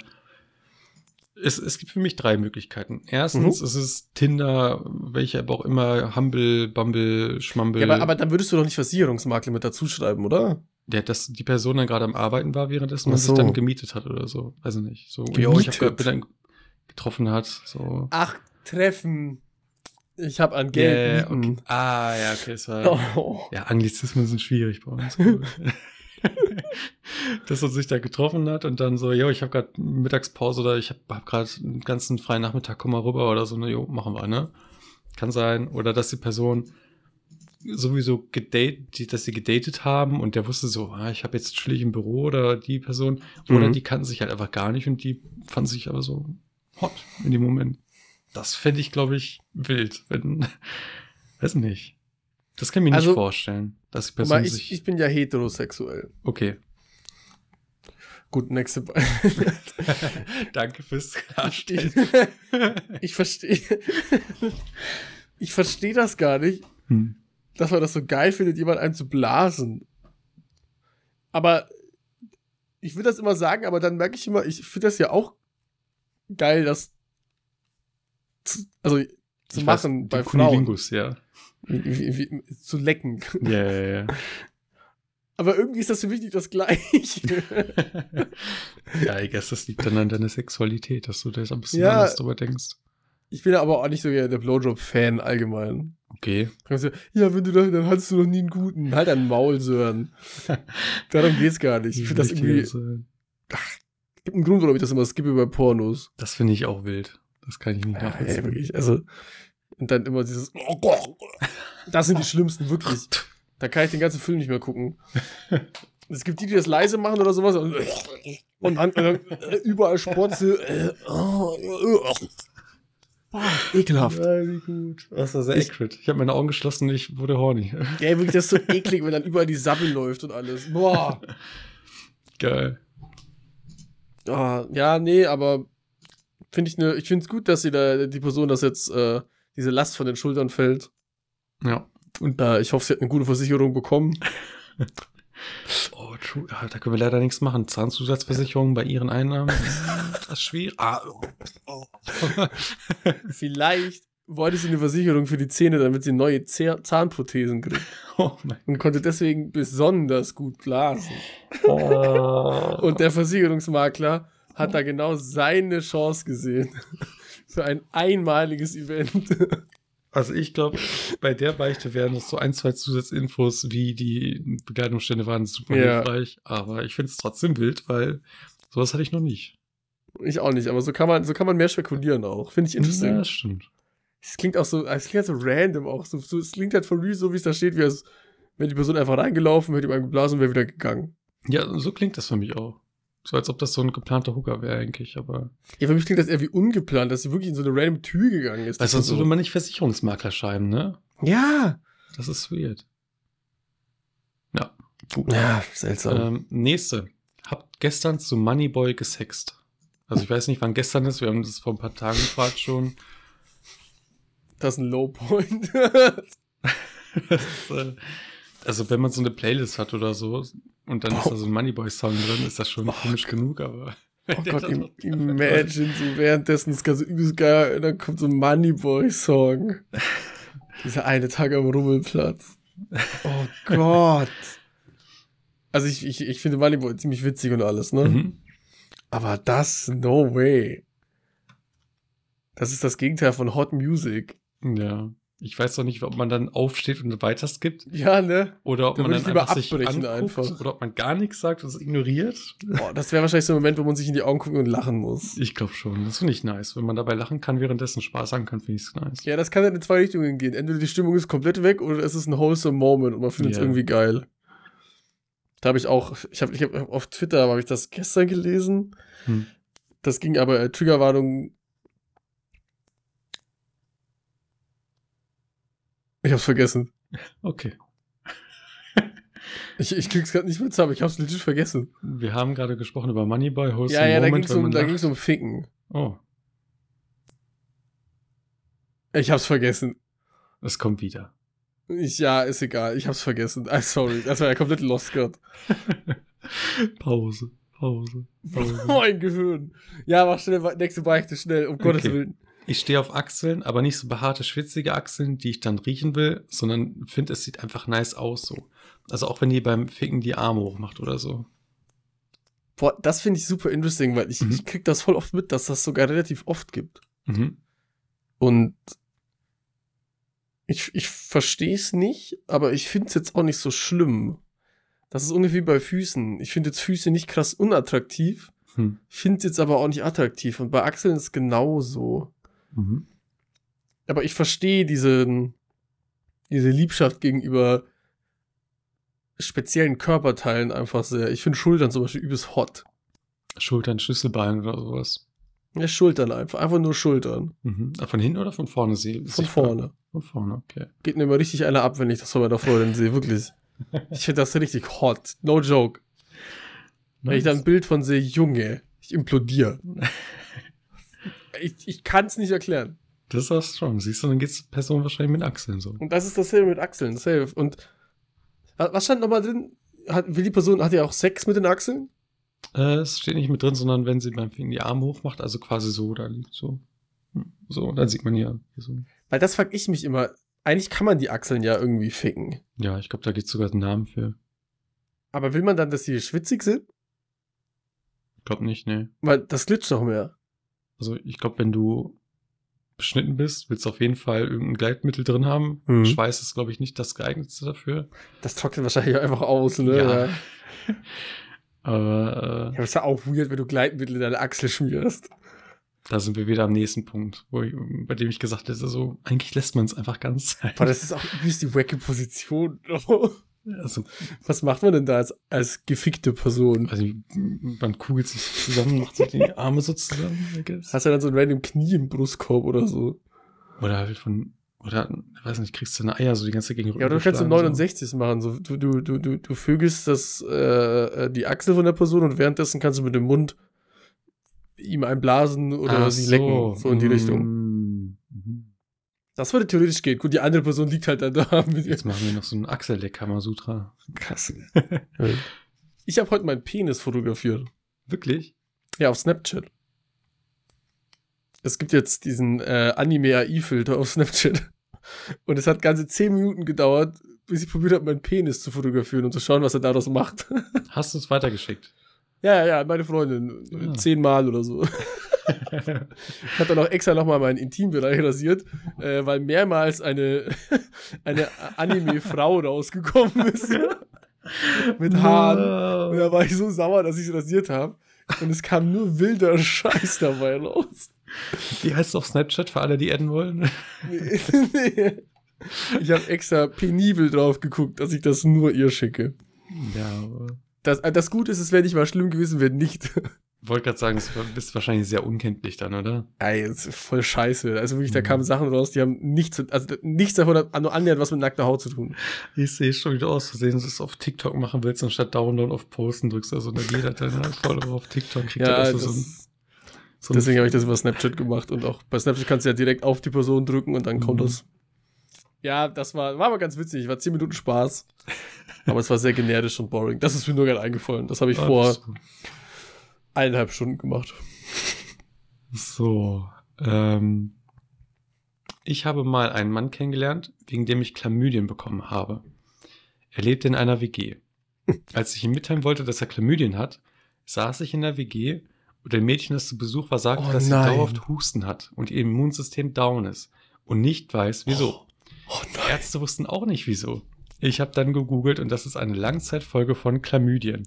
es, es gibt für mich drei Möglichkeiten. Mhm. Erstens, es ist Tinder, welche aber auch immer, Humble, Bumble, Schmumble. Ja, aber, aber dann würdest du doch nicht Versicherungsmakler mit dazu schreiben, oder? der, dass die Person dann gerade am Arbeiten war, währenddessen man Ach sich so. dann gemietet hat oder so. Weiß ich nicht. So, jo, ich hab Gemietet? gehört, bin dann getroffen hat. So. Ach, Treffen. Ich habe an Geld. Yeah, okay. mieten. Ah, ja, okay, es war. Oh. Ja, Anglizismen sind schwierig bei uns. Dass man sich da getroffen hat und dann so, jo, ich habe gerade Mittagspause oder ich habe hab gerade einen ganzen freien Nachmittag, komm mal rüber oder so, ne, jo, machen wir, ne? Kann sein. Oder dass die Person sowieso gedate, die, dass sie gedatet haben und der wusste so, ah, ich habe jetzt chillig im Büro oder die Person. Oder Mhm. die kannten sich halt einfach gar nicht und die fanden sich aber so hot in dem Moment. Das fände ich, glaube ich, wild, wenn, <laughs> weiß nicht. Das kann ich mir Also, nicht vorstellen, dass die Guck Person Mal, ich, sich. ich bin ja heterosexuell. <laughs> okay. <laughs> Gut, nächste. Be- <laughs> Danke fürs ich Klarstellen. ich verstehe. ich verstehe das gar nicht. Hm. dass man das so geil findet, jemand einem zu blasen. Aber ich will das immer sagen, aber dann merke ich immer, ich finde das ja auch geil, das zu, also zu Ich weiß, machen den bei Frauen. Kunilingus, ja. <laughs> Wie, wie, wie, zu lecken. Ja, ja, <laughs> ja. Aber irgendwie ist das für mich nicht das Gleiche. ja, ich guess, das liegt dann an deiner Sexualität, dass du da jetzt ein bisschen Ja. anders drüber denkst. ich bin aber auch nicht so der Blowjob-Fan allgemein. Okay. Dann so, ja, wenn du das, dann hattest du noch nie einen guten. Halt dein Maul, Sören. Darum geht's gar nicht. Ich finde das irgendwie. Es irgendwie. gibt einen Grund, warum ich das immer skippe bei Pornos. Das finde ich auch wild. Das kann ich nicht Ja, ey, nachvollziehen. wirklich. Also, und dann immer dieses. Das sind die schlimmsten, wirklich. Da kann ich den ganzen Film nicht <laughs> mehr gucken. Es gibt die, die das leise machen oder sowas. Und, und dann äh, überall Spotze. Äh, oh, äh, oh. Ekelhaft. Ja, wie gut. Das also war sehr Ich- accurate. Ich habe meine Augen geschlossen und ich wurde horny. <laughs> Ja, wirklich, das ist so eklig, wenn dann überall die Sabbel läuft und alles. Boah. Geil. Ah, ja, nee, aber finde ich ne, ich finde es gut, dass sie da die Person das jetzt äh, diese Last von den Schultern fällt. Ja. Und äh, ich hoffe, sie hat eine gute Versicherung bekommen. Oh, true. Ja, da können wir leider nichts machen. Zahnzusatzversicherung bei ihren <laughs> Einnahmen. Das ist schwierig. Ah, oh. Vielleicht wollte sie eine Versicherung für die Zähne, damit sie neue Zäh- Zahnprothesen kriegt oh mein und konnte deswegen besonders gut blasen. Gott. Und der Versicherungsmakler hat da genau seine Chance gesehen <laughs> für ein einmaliges Event. Also ich glaube, bei der Beichte wären es so ein, zwei Zusatzinfos, wie die Begleitumstände waren, super Ja. hilfreich. Aber ich finde es trotzdem wild, weil sowas hatte ich noch nicht. ich auch nicht, aber so kann man so kann man mehr spekulieren auch. Finde ich interessant. Ja, stimmt. Es klingt auch so, es klingt halt so random auch. So, so, es klingt halt for real, so wie es da steht, wie als wenn die Person einfach reingelaufen, hätte ihm einen geblasen und wäre wieder gegangen. Ja, so klingt das für mich auch. So als ob das so ein geplanter Hooker wäre eigentlich, aber. Ja, für mich klingt das eher wie ungeplant, dass sie wirklich in so eine random Tür gegangen ist. Weil Also sonst so würde man nicht Versicherungsmakler schreiben, ne? ja. Das ist weird. Ja, seltsam. Ähm, nächste. Habt gestern zu Moneyboy gesext. Also ich weiß nicht, wann gestern ist. Wir haben das vor ein paar Tagen gefragt schon. <laughs> Das ist ein Low Point. <laughs> Das ist, äh, also wenn man so eine Playlist hat oder so und dann ist da so ein Moneyboy-Song drin, ist das schon komisch genug, aber. oh Gott, im, imagine, so währenddessen ist ganz so übelst geil, und dann kommt so ein <laughs> Moneyboy-Song. Dieser eine Tag am Rummelplatz. Oh Gott. Also ich, ich, ich finde Moneyboy ziemlich witzig und alles, ne? Mhm. Aber das, no way. Das ist das Gegenteil von Hot Music. <laughs> Ja. Ich weiß doch nicht, ob man dann aufsteht und weiterskippt Ja, ne? oder ob Da man würde dann ich lieber einfach sich abbrechen anguckt einfach. oder ob man gar nichts sagt und es ignoriert. Boah, das wäre wahrscheinlich so ein Moment, wo man sich in die Augen gucken und lachen muss. Ich glaube schon. Das finde ich nice. Wenn man dabei lachen kann, währenddessen Spaß haben kann, finde ich es nice. Ja, das kann dann in zwei Richtungen gehen. Entweder die Stimmung ist komplett weg oder es ist ein wholesome Moment und man findet es Ja. irgendwie geil. Da habe ich auch, ich habe ich hab, auf Twitter, habe ich das gestern gelesen. Hm. Das ging aber äh, Triggerwarnung. Ich hab's vergessen. Okay. Ich, ich krieg's gerade nicht mehr zusammen. Ich hab's legit vergessen. Wir haben gerade gesprochen über Moneyboy. Holst Ja, ja, da ging es um, da da ging's um Ficken. Oh, Ich hab's vergessen. es kommt wieder. Ich, ja, ist egal. Ich hab's vergessen. I'm sorry. Das war ja komplett lost gerade. <laughs> Pause, Pause, Pause. <laughs> mein Gehirn. Ja, mach schnell, wa- nächste Beichte, schnell. Um Gottes Okay. Willen. Ich stehe auf Achseln, aber nicht so behaarte, schwitzige Achseln, die ich dann riechen will, sondern finde, es sieht einfach nice aus so. Also auch wenn die beim Ficken die Arme hochmacht oder so. Boah, das finde ich super interesting, weil ich, Mhm. ich krieg das voll oft mit, dass das sogar relativ oft gibt. Mhm. Und ich, ich verstehe es nicht, aber ich finde es jetzt auch nicht so schlimm. Das ist ungefähr wie bei Füßen. Ich finde jetzt Füße nicht krass unattraktiv, Hm. finde es jetzt aber auch nicht attraktiv. Und bei Achseln ist es genauso. Mhm. aber ich verstehe diesen, diese Liebschaft gegenüber speziellen Körperteilen einfach sehr. Ich finde Schultern zum Beispiel übelst hot. Schultern, Schlüsselbein oder sowas. Ja, Schultern einfach. Einfach nur Schultern. Mhm. Ah, Von hinten oder von vorne sehe Von vorne. Von vorne, okay. Geht mir immer richtig einer ab, wenn ich das von meiner Freundin sehe. Wirklich. Ich finde das richtig hot. No joke. Wenn ich da ein Bild von sehe, Junge, ich implodiere. ich ich kann es nicht erklären. Das ist auch strong. Siehst du, dann geht's Person wahrscheinlich mit Achseln so. Und das ist dasselbe mit Achseln, safe. Und wa- was stand nochmal drin? Hat, will die Person, hat die auch Sex mit den Achseln? Äh, es steht nicht mit drin, sondern wenn sie beim Finger die Arme hochmacht, also quasi so, da liegt so. Hm, So, dann sieht man hier. hier so. Weil das frag ich mich immer. Eigentlich kann man die Achseln ja irgendwie ficken. Ja, ich glaube, da gibt's sogar einen Namen für. Aber will man dann, dass die schwitzig sind? Ich glaube nicht, nee. Weil das glitscht doch mehr. Also ich glaube, wenn du beschnitten bist, willst du auf jeden Fall irgendein Gleitmittel drin haben. Mhm. Schweiß ist, glaube ich, nicht das geeignetste dafür. Das trocknet wahrscheinlich <laughs> auch einfach aus, ne? Ja. ja Aber äh, aber ist ja auch weird, wenn du Gleitmittel in deine Achsel schmierst. da sind wir wieder am nächsten Punkt, wo ich, bei dem ich gesagt hätte, so, eigentlich lässt man es einfach ganz sein. Boah, das ist auch <laughs> übelst die wacke Position. oh. Also, Was macht man denn da als, als gefickte Person? weiß nicht, man kugelt sich zusammen, macht sich die Arme so zusammen, I guess. Hast du dann so ein random Knie im Brustkorb oder so? Oder halt von, oder, ich weiß nicht, kriegst du eine Eier so die ganze Zeit gegen den Ja, oder du Rücken kannst so geschlagen, 69 machen. So, du, du, du, du, du vögelst das, äh, äh, die Achsel von der Person und währenddessen kannst du mit dem Mund ihm einblasen oder Ach mm. sie lecken. So in die Richtung. Mhm. Das würde theoretisch gehen. Gut, die andere Person liegt halt dann da <laughs> mit ihr. Jetzt machen wir noch so einen Achselleck-Kamasutra. Krass. ich habe heute meinen Penis fotografiert. Wirklich? Ja, auf Snapchat. Es gibt jetzt diesen äh, Anime-AI-Filter auf <laughs> Snapchat. Und es hat ganze 10 Minuten gedauert, bis ich probiert habe, meinen Penis zu fotografieren und zu schauen, was er daraus macht. <laughs> Hast du es <laughs> weitergeschickt? Ja, ja, ja, meine Freundin. Ah. Zehnmal oder so. Ich habe dann auch extra nochmal meinen Intimbereich rasiert, äh, weil mehrmals eine, <laughs> eine Anime-Frau <laughs> rausgekommen ist. Mit Haaren. Und da war ich so sauer, dass ich es rasiert habe. Und es kam nur wilder Scheiß <laughs> dabei raus. Wie heißt es auf Snapchat für alle, die adden wollen? Nee, <laughs> nee. Ich habe extra penibel drauf geguckt, dass ich das nur ihr schicke. Ja, aber- Das, äh, das Gute ist, es wäre nicht mal schlimm gewesen, wenn nicht. <laughs> wollte gerade sagen, du bist wahrscheinlich sehr unkenntlich dann, oder? Ey, das ist voll scheiße. Also wirklich, da Mhm. kamen Sachen raus, die haben nichts, also nichts davon hat nur annähernd was mit nackter Haut zu tun. Ich sehe schon wieder aus Versehen, dass du es auf TikTok machen willst, anstatt Download auf Posten drückst. Also dann jeder deine Follower auf TikTok kriegt dann Ja, erst das, so ein, so ein deswegen habe ich das über Snapchat gemacht und auch bei Snapchat kannst du ja direkt auf die Person drücken und dann kommt Mhm. das. Ja, das war, war aber ganz witzig. War 10 Minuten Spaß. <laughs> Aber es war sehr generisch und boring. Das ist mir nur gerade eingefallen. Das habe ich Ah, vor das- eineinhalb Stunden gemacht. So. Ähm, ich habe mal einen Mann kennengelernt, wegen dem ich Chlamydien bekommen habe. Er lebte in einer <laughs> WG. Als ich ihm mitteilen wollte, dass er Chlamydien hat, saß ich in der WG und ein Mädchen, das zu Besuch war, sagte, Oh dass nein. sie dauerhaft Husten hat und ihr Immunsystem down ist und nicht weiß, wieso. Oh Die Ärzte wussten auch nicht, wieso. Ich habe dann gegoogelt und das ist eine Langzeitfolge von Chlamydien.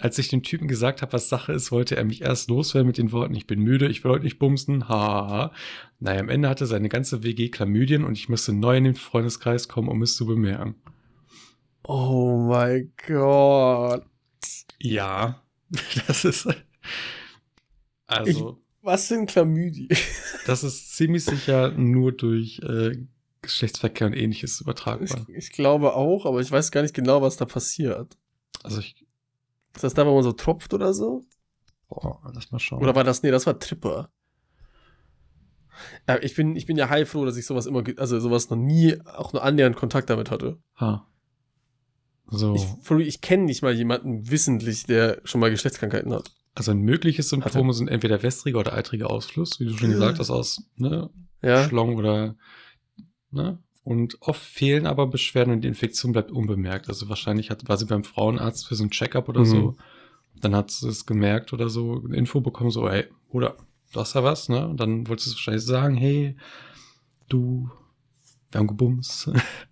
Als ich dem Typen gesagt habe, was Sache ist, wollte er mich erst loswerden mit den Worten, ich bin müde, ich will heute nicht bumsen, hahaha. Naja, am Ende hatte seine ganze WG Chlamydien und ich musste neu in den Freundeskreis kommen, um es zu bemerken. Oh mein Gott. Ja, <laughs> das ist... Also, Was sind Chlamydien? das ist ziemlich sicher nur durch äh, Geschlechtsverkehr und ähnliches Ich, übertragbar. ich glaube auch, aber ich weiß gar nicht genau, was da passiert. Also, ich... Ist das da, wo man so tropft oder so? Oh, lass mal schauen. Oder war das, nee, das war Tripper. Äh, Ich bin, ich bin ja heilfroh, dass ich sowas immer, ge- also sowas noch nie, auch nur annähernd Kontakt damit hatte. Ha. So. Ich, for real, ich kenne nicht mal jemanden wissentlich, der schon mal Geschlechtskrankheiten hat. Also ein mögliches Symptom Hatte- sind entweder wässriger oder eitriger Ausfluss, wie du schon Ja. gesagt hast, aus ne, Ja. Schlong oder ne? Und oft fehlen aber Beschwerden und die Infektion bleibt unbemerkt. Also wahrscheinlich hat, war sie beim Frauenarzt für so ein Checkup oder Mhm. so. Dann hat sie es gemerkt oder so, eine Info bekommen, so, ey, oder du hast ja was, ne? Und dann wolltest du es wahrscheinlich sagen, hey, du, wir haben gebumst. <laughs>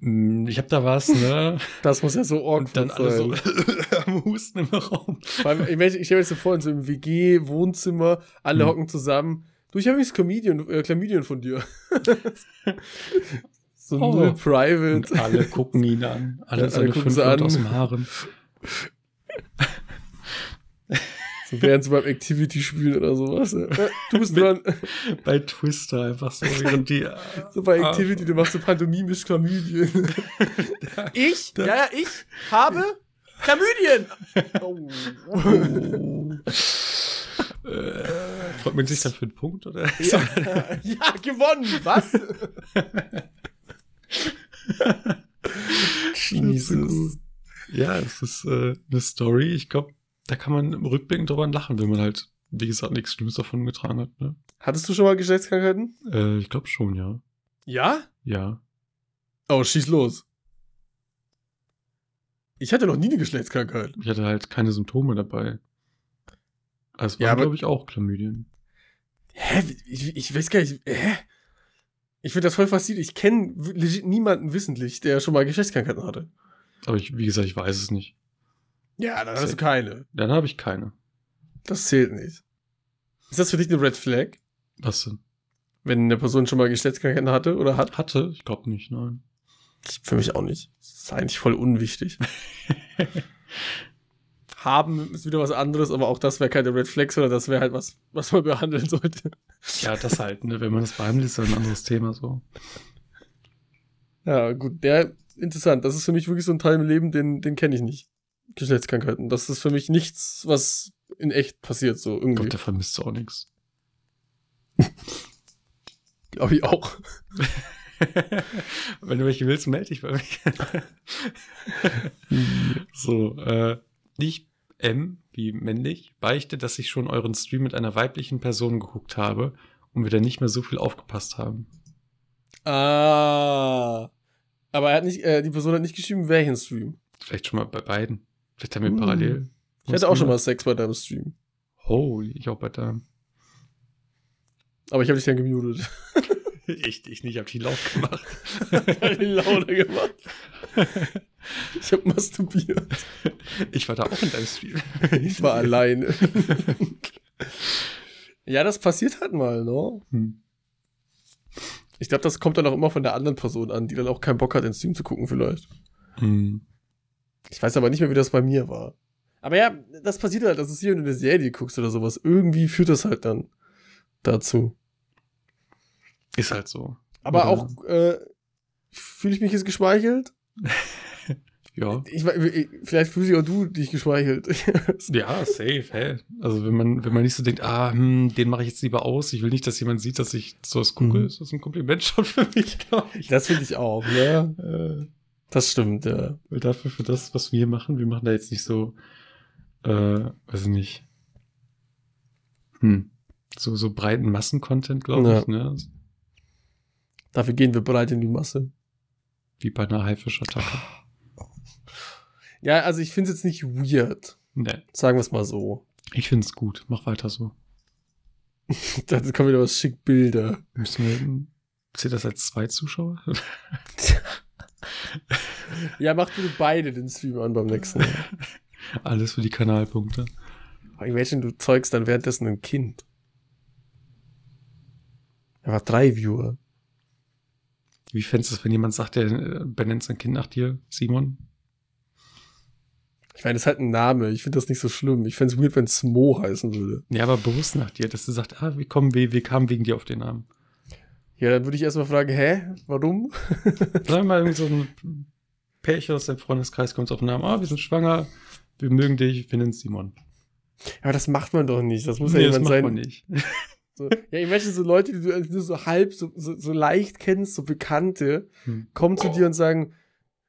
Hm, ich hab da was, <laughs> ne? Das muss ja so awkward Und dann sein. alle so <laughs> am Husten im Raum. Vor allem, ich mein, ich stell mir jetzt so vor, in so einem WG-Wohnzimmer, alle Hm. hocken zusammen. Du, ich habe übrigens Comedian, äh, Chlamydien von dir. <laughs> so Oh. null private. Und alle gucken ihn an. Alle Ja, alle seine gucken fünf sie Leute an. aus dem Harem. So während sie beim Activity spielen oder sowas. Äh, du bist Mit- dran. Bei Twister einfach <laughs> so. Während die, So bei Ah. Activity, du machst so pantomimisch Chlamydien. <laughs> ich? Da- ja, ich <laughs> habe Chlamydien. Oh. oh. Äh, freut man sich dann für einen Punkt, <laughs> oder? Ja, ja <laughs> gewonnen. Was? Jesus. Ja, es ist äh, eine Story. Ich glaube, da kann man im Rückblick drüber lachen, wenn man halt, wie gesagt, nichts Schlimmes davon getragen hat. Ne? Hattest du schon mal Geschlechtskrankheiten? Äh, ich glaube schon, ja. Ja? Ja. Oh, schieß los. Ich hatte noch nie eine Geschlechtskrankheit. Ich hatte halt keine Symptome dabei. Also es Ja, waren, aber- glaube ich, auch Chlamydien. Hä? Ich, ich weiß gar nicht. Hä? Ich finde das voll faszinierend. Ich kenne legit niemanden wissentlich, der schon mal Geschlechtskrankheiten hatte. Aber ich, wie gesagt, ich weiß es nicht. Ja, dann hast du keine. Dann habe ich keine. Das zählt nicht. Ist das für dich eine Red Flag, Was denn? wenn eine Person schon mal Geschlechtskrankheiten hatte oder hat? Hatte? Ich glaube nicht, nein. Ich- Für mich auch nicht. Das ist eigentlich voll unwichtig. <laughs> Haben ist wieder was anderes, aber auch das wäre keine Red Flag, sondern das wäre halt was, was man behandeln sollte. Ja, das halt, ne? Wenn man das behandelt, ist das ein anderes Thema so. Ja, gut, der interessant. Das ist für mich wirklich so ein Teil im Leben, den, den kenne ich nicht. Geschlechtskrankheiten. Das ist für mich nichts, was in echt passiert, so Ich irgendwie. glaube, der vermisst auch nichts. Glaube ich auch. <laughs> Wenn du welche willst, melde dich bei mir. <laughs> so, äh, ich M, wie männlich, beichte, dass ich schon euren Stream mit einer weiblichen Person geguckt habe und wir dann nicht mehr so viel aufgepasst haben. Ah. Aber er hat nicht, äh, die Person hat nicht geschrieben, welchen Stream. Vielleicht schon mal bei beiden. Vielleicht haben wir Mm. parallel. Ich hatte auch schon mal Sex bei deinem Stream. Holy, ich auch bei deinem. Aber ich habe dich dann gemutet. <laughs> Ich, ich nicht, hab die laut gemacht. <laughs> die Laune gemacht. Ich habe masturbiert. ich war da auch in deinem Stream. Ich war <laughs> alleine. Ja, das passiert halt mal, ne? Hm. Ich glaube, das kommt dann auch immer von der anderen Person an, die dann auch keinen Bock hat, den Stream zu gucken, vielleicht. Hm. Ich weiß aber nicht mehr, wie das bei mir war. Aber ja, das passiert halt, dass es hier, wenn du eine Serie guckst oder sowas, irgendwie führt das halt dann dazu. Ist halt so. Oder- Aber auch, äh, fühle ich mich jetzt geschmeichelt? Ja. Ich, we- vielleicht fühlst dich auch du dich geschmeichelt. Ja, safe, hey. Also wenn man, wenn man nicht so denkt, ah, hm, den mache ich jetzt lieber aus, ich will nicht, dass jemand sieht, dass ich sowas gucke, Mhm. ist das ein Kompliment schon für mich, glaube ich. das finde ich auch, ne? Äh, Das stimmt, ja. weil dafür, für das, was wir hier machen, wir machen da jetzt nicht so, äh, weiß ich nicht, hm, so, so breiten Massen-Content, glaube Ja. ich, ne? Dafür gehen wir breit in die Masse. Wie bei einer Haifisch-Attacke. Ja, also ich finde es jetzt nicht weird. ne, Sagen wir es mal so. ich find's gut, mach weiter so. Da kommen wieder was schick Bilder. Müssen wir, zählt das als zwei Zuschauer? Ja, mach bitte beide den Stream an beim <laughs> nächsten Mal. <laughs> Alles für die Kanalpunkte. Imagine, du zeugst dann währenddessen ein Kind. Einfach drei Viewer. Wie fändest du es, wenn jemand sagt, der äh, benennt sein Kind nach dir, Simon? Ich meine, das ist halt ein Name. Ich finde das nicht so schlimm. Ich fände es weird, wenn es Mo heißen würde. Ja, aber bewusst nach dir, dass du sagst, ah, wir kommen, wir, wir kamen wegen dir auf den <laughs> Namen. Ja, dann würde ich erstmal fragen, hä? Warum? Sagen wir mal, irgendwie so ein Pärchen aus deinem Freundeskreis kommt auf den Namen, ah, wir sind schwanger, wir mögen dich, wir nennen es Simon. Aber das macht man doch nicht. Das muss ja Nee, jemand sein. man nicht. So, ja, imagine so Leute, die du nur so halb, so, so, so leicht kennst, so Bekannte, Hm. kommen zu dir und sagen,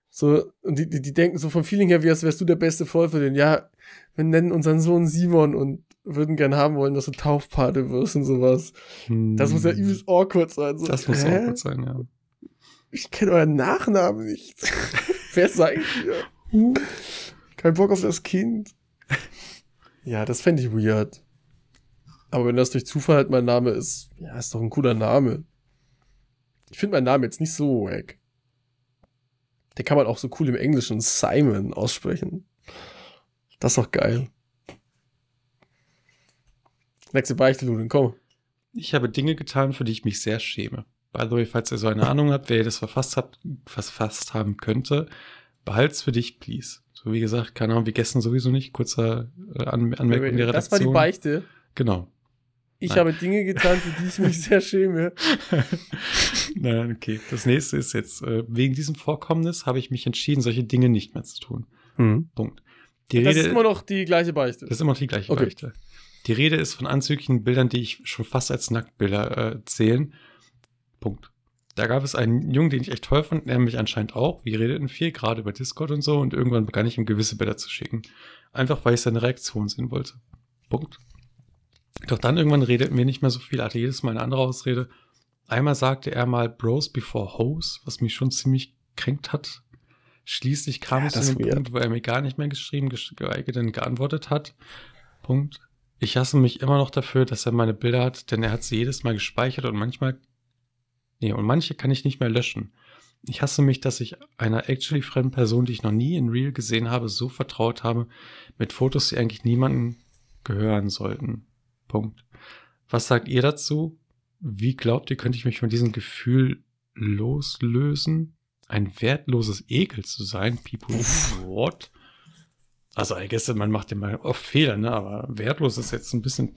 so, und die, die, die denken so vom Feeling her, wie als wärst du der beste Freund von denen. Ja, wir nennen unseren Sohn Simon und würden gern haben wollen, dass du Taufpate wirst und sowas. <laughs> Das muss ja übelst awkward sein. So, Hm. Das muss hä? auch gut sein, ja. Ich kenne euren Nachnamen nicht. <laughs> Wer seid ihr? Kein Bock auf das Kind. Ja, das fände ich weird. Aber wenn das durch Zufall halt mein Name ist, ja, ist doch ein cooler Name. Ich finde meinen Namen jetzt nicht so wack. Den kann man auch so cool im Englischen Simon aussprechen. Das ist doch geil. Nächste Beichteludin, komm. Ich habe Dinge getan, für die ich mich sehr schäme. By the way, falls ihr so eine Ahnung habt, wer ihr das verfasst habt, verfasst haben könnte, behalt's für dich, please. So wie gesagt, keine Ahnung, wir gestern sowieso nicht. Kurzer äh, An Anmerkung der Redaktion. Das war die Beichte. Genau. <laughs> Ich Nein. habe Dinge getan, für die <laughs> ich mich sehr schäme. Nein, okay. Das nächste ist jetzt, äh, wegen diesem Vorkommnis habe ich mich entschieden, solche Dinge nicht mehr zu tun. Punkt. Die Das Rede ist immer noch die gleiche Beichte. das ist immer noch die gleiche Okay. Beichte. Die Rede ist von anzüglichen Bildern, die ich schon fast als Nacktbilder äh, zählen. Punkt. Da gab es einen Jungen, den ich echt toll fand, der mich anscheinend auch. Wir redeten viel, gerade über Discord und so, und irgendwann begann ich ihm gewisse Bilder zu schicken. Einfach weil ich seine Reaktion sehen wollte. Punkt. Doch dann irgendwann redeten wir nicht mehr so viel, hatte jedes Mal eine andere Ausrede. Einmal sagte er mal Bros before Hoes, was mich schon ziemlich kränkt hat. Schließlich kam Ja, es das zu dem weird. Punkt, wo er mir gar nicht mehr geschrieben, gesch- geschweige denn geantwortet hat. Punkt. Ich hasse mich immer noch dafür, dass er meine Bilder hat, denn er hat sie jedes Mal gespeichert und manchmal. Nee, und manche kann ich nicht mehr löschen. Ich hasse mich, dass ich einer actually fremden Person, die ich noch nie in Real gesehen habe, so vertraut habe, mit Fotos, die eigentlich niemandem gehören sollten. Punkt. Was sagt ihr dazu? Wie glaubt ihr, könnte ich mich von diesem Gefühl loslösen? Ein wertloses Ekel zu sein? People, what? Also, I guess, man macht immer oft Fehler, ne? Aber wertlos ist jetzt ein bisschen.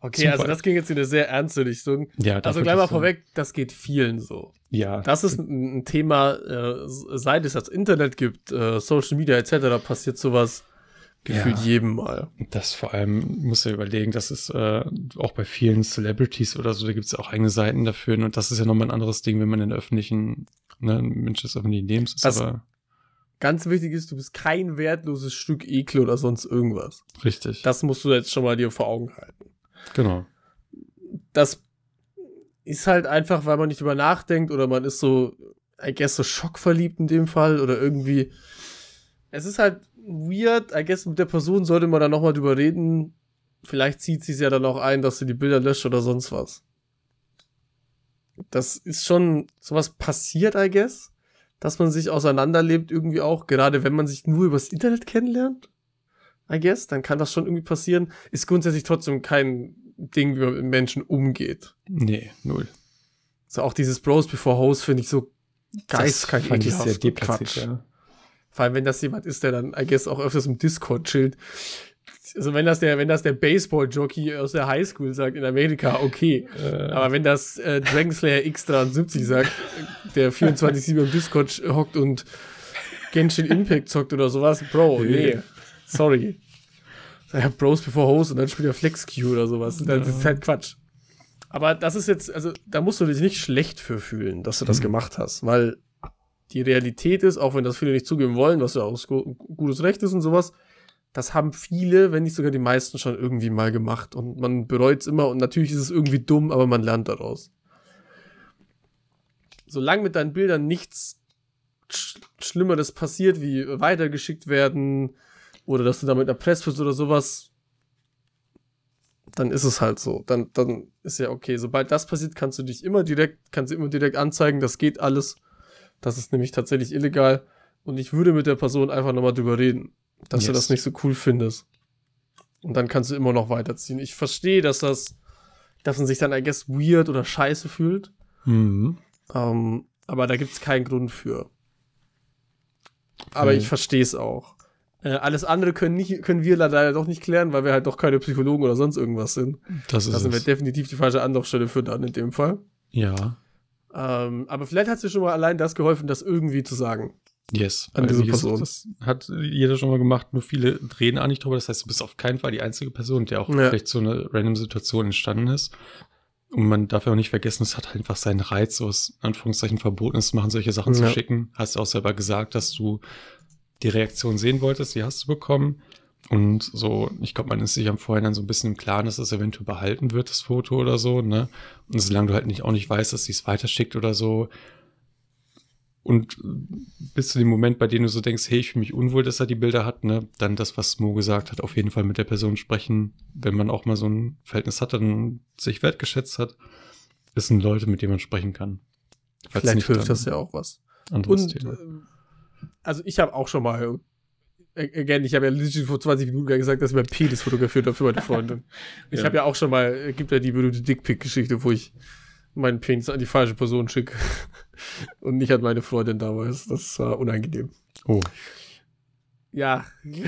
Okay, Super. also das ging jetzt in eine sehr ernste Richtung. Ja, Also dafür, gleich mal dass, äh, vorweg, das geht vielen so. Ja. Das ist ein ein Thema, äh, seit es das Internet gibt, äh, Social Media etc., passiert sowas gefühlt Ja. jedem Mal. Das vor allem muss ja überlegen, das ist äh, auch bei vielen Celebrities oder so, da gibt es auch eigene Seiten dafür. ne? Und das ist ja nochmal ein anderes Ding, wenn man in der öffentlichen, ne, ein Mensch des öffentlichen Lebens ist, Das- aber Ganz wichtig ist, du bist kein wertloses Stück Ekel oder sonst irgendwas. richtig. Das musst du jetzt schon mal dir vor Augen halten. genau. Das ist halt einfach, weil man nicht drüber nachdenkt oder man ist so, I guess, so schockverliebt in dem Fall oder irgendwie. Es ist halt weird, I guess, mit der Person sollte man dann nochmal drüber reden. Vielleicht zieht sie es ja dann auch ein, dass sie die Bilder löscht oder sonst was. Das ist schon, sowas passiert, I guess, dass man sich auseinanderlebt irgendwie auch, gerade wenn man sich nur übers Internet kennenlernt, I guess, dann kann das schon irgendwie passieren. Ist grundsätzlich trotzdem kein Ding, wie man mit Menschen umgeht. Nee, null. So auch dieses Bros before Hoes finde ich so geistkrank fand ich sehr ekelhaft und Quatsch. deplatziert. Ja. Vor allem, wenn das jemand ist, der dann, I guess, auch öfters im Discord chillt. Also wenn das der, wenn das der Baseball-Jockey aus der Highschool sagt in Amerika, okay. Äh, Aber wenn das äh, Dragon Slayer X73 sagt, der 24-7 im Discord sch- hockt und Genshin Impact zockt oder sowas, Bro, nee. Nee. Sorry. Ja, Bros before Hoes und dann spielt er Flex Q oder sowas. Das ist halt Quatsch. Aber das ist jetzt, also da musst du dich nicht schlecht für fühlen, dass du das Mhm. gemacht hast, weil die Realität ist, auch wenn das viele nicht zugeben wollen, was ja auch gu- gutes Recht ist und sowas, das haben viele, wenn nicht sogar die meisten schon irgendwie mal gemacht und man bereut es immer und natürlich ist es irgendwie dumm, aber man lernt daraus. Solange mit deinen Bildern nichts Sch Schlimmeres passiert, wie weitergeschickt werden oder dass du damit erpresst wirst oder sowas, dann ist es halt so. Dann, dann ist ja okay. Sobald das passiert, kannst du dich immer direkt, kannst du immer direkt anzeigen, das geht alles. Das ist nämlich tatsächlich illegal. Und ich würde mit der Person einfach nochmal drüber reden, dass du Yes. das nicht so cool findest. Und dann kannst du immer noch weiterziehen. Ich verstehe, dass das, dass man sich dann, I guess, weird oder scheiße fühlt. mhm. Ähm, aber da gibt's keinen Grund für. Aber Okay. ich verstehe es auch. Äh, alles andere können, nicht, können wir leider doch nicht klären, weil wir halt doch keine Psychologen oder sonst irgendwas sind. Das Da ist sind wir es. definitiv die falsche Anlaufstelle für dann in dem Fall. Ja, Ähm, aber vielleicht hat dir schon mal allein das geholfen, das irgendwie zu sagen. yes. An Weil, diese wie gesagt, Person. Das hat jeder schon mal gemacht, nur viele reden auch nicht drüber. Das heißt, du bist auf keinen Fall die einzige Person, der auch Ja. vielleicht so eine random Situation entstanden ist. Und man darf ja auch nicht vergessen, es hat einfach seinen Reiz, so was in Anführungszeichen verboten ist, zu machen, solche Sachen zu Ja. schicken. Hast du auch selber gesagt, dass du die Reaktion sehen wolltest, die hast du bekommen. Und so, ich glaube, man ist sich am Vorhinein so ein bisschen im Klaren, dass das eventuell behalten wird, das Foto oder so, ne? Und solange du halt nicht auch nicht weißt, dass sie es weiterschickt oder so. Und äh, bis zu dem Moment, bei dem du so denkst, hey, ich fühle mich unwohl, dass er die Bilder hat, ne? Dann das, was Mo gesagt hat, auf jeden Fall mit der Person sprechen. Wenn man auch mal so ein Verhältnis hat und sich wertgeschätzt hat, wissen Leute, mit denen man sprechen kann. Falls Vielleicht nicht, hilft dann das ja auch was. Anderes Und Thema. ähm, also ich habe auch schon mal, äh, again, ich habe ja literally vor 20 Minuten gesagt, dass ich mein Penis fotografiert habe für meine <laughs> Freundin. Ich Ja. habe ja auch schon mal, äh, gibt ja die berühmte Dickpick-Geschichte, wo ich meinen Penis an die falsche Person schicke. <laughs> Und nicht an meine Freundin damals. Das war unangenehm. Oh. Ja. <laughs>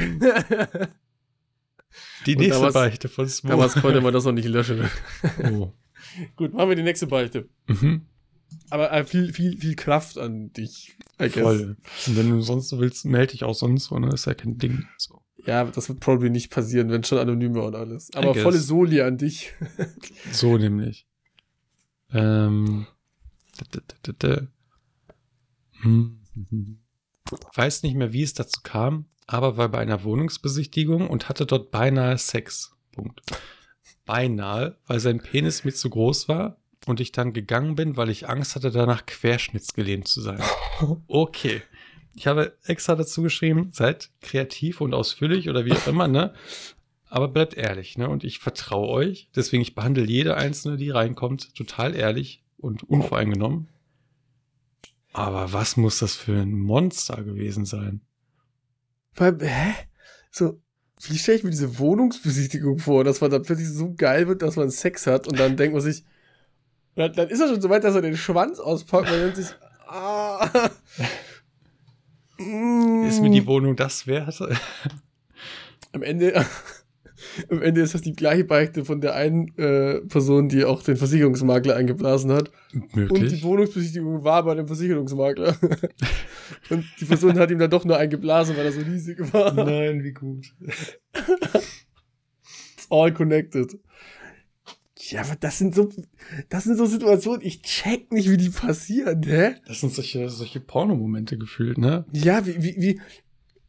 Die Und nächste damals- Beichte von Smo. damals konnte man das noch nicht löschen. oh. <laughs> Gut, machen wir die nächste Beichte. Mhm. Aber äh, viel, viel, viel Kraft an dich. I guess. Voll. Und wenn du sonst so willst, melde dich auch sonst, so, ne? Ist ja kein Ding. So. Ja, das wird probably nicht passieren, wenn schon anonyme und alles. Aber guess. volle Soli an dich. So nämlich. Ähm. d- d- d- d- d- Hm. Weiß nicht mehr, wie es dazu kam, aber war bei einer Wohnungsbesichtigung und hatte dort beinahe Sex. Punkt. Beinahe, weil sein Penis mir zu groß war und ich dann gegangen bin, weil ich Angst hatte, danach querschnittsgelähmt zu sein. Okay. Ich habe extra dazu geschrieben, seid kreativ und ausführlich oder wie auch immer, ne? Aber bleibt ehrlich, ne? Und ich vertraue euch. Deswegen, ich behandle jede einzelne, die reinkommt, total ehrlich und unvoreingenommen. Aber was muss das für ein Monster gewesen sein? Vor allem, hä? So, wie stelle ich mir diese Wohnungsbesichtigung vor, dass man dann plötzlich so geil wird, dass man Sex hat und dann denkt man sich, dann, dann ist er schon so weit, dass er den Schwanz auspackt und man denkt sich, ah. mm. Ist mir die Wohnung das wert? <laughs> Am Ende, <laughs> am Ende ist das die gleiche Beichte von der einen äh, Person, die auch den Versicherungsmakler eingeblasen hat. Und die Möglich. Wohnungsbesichtigung war bei dem Versicherungsmakler. <laughs> und die Person hat ihm dann doch nur eingeblasen, weil er so riesig war. Nein, wie gut. It's all connected. Ja, aber das sind so, das sind so Situationen, ich check nicht, wie die passieren, hä? Das sind solche, solche Pornomomente gefühlt, ne? Ja, wie, wie, wie,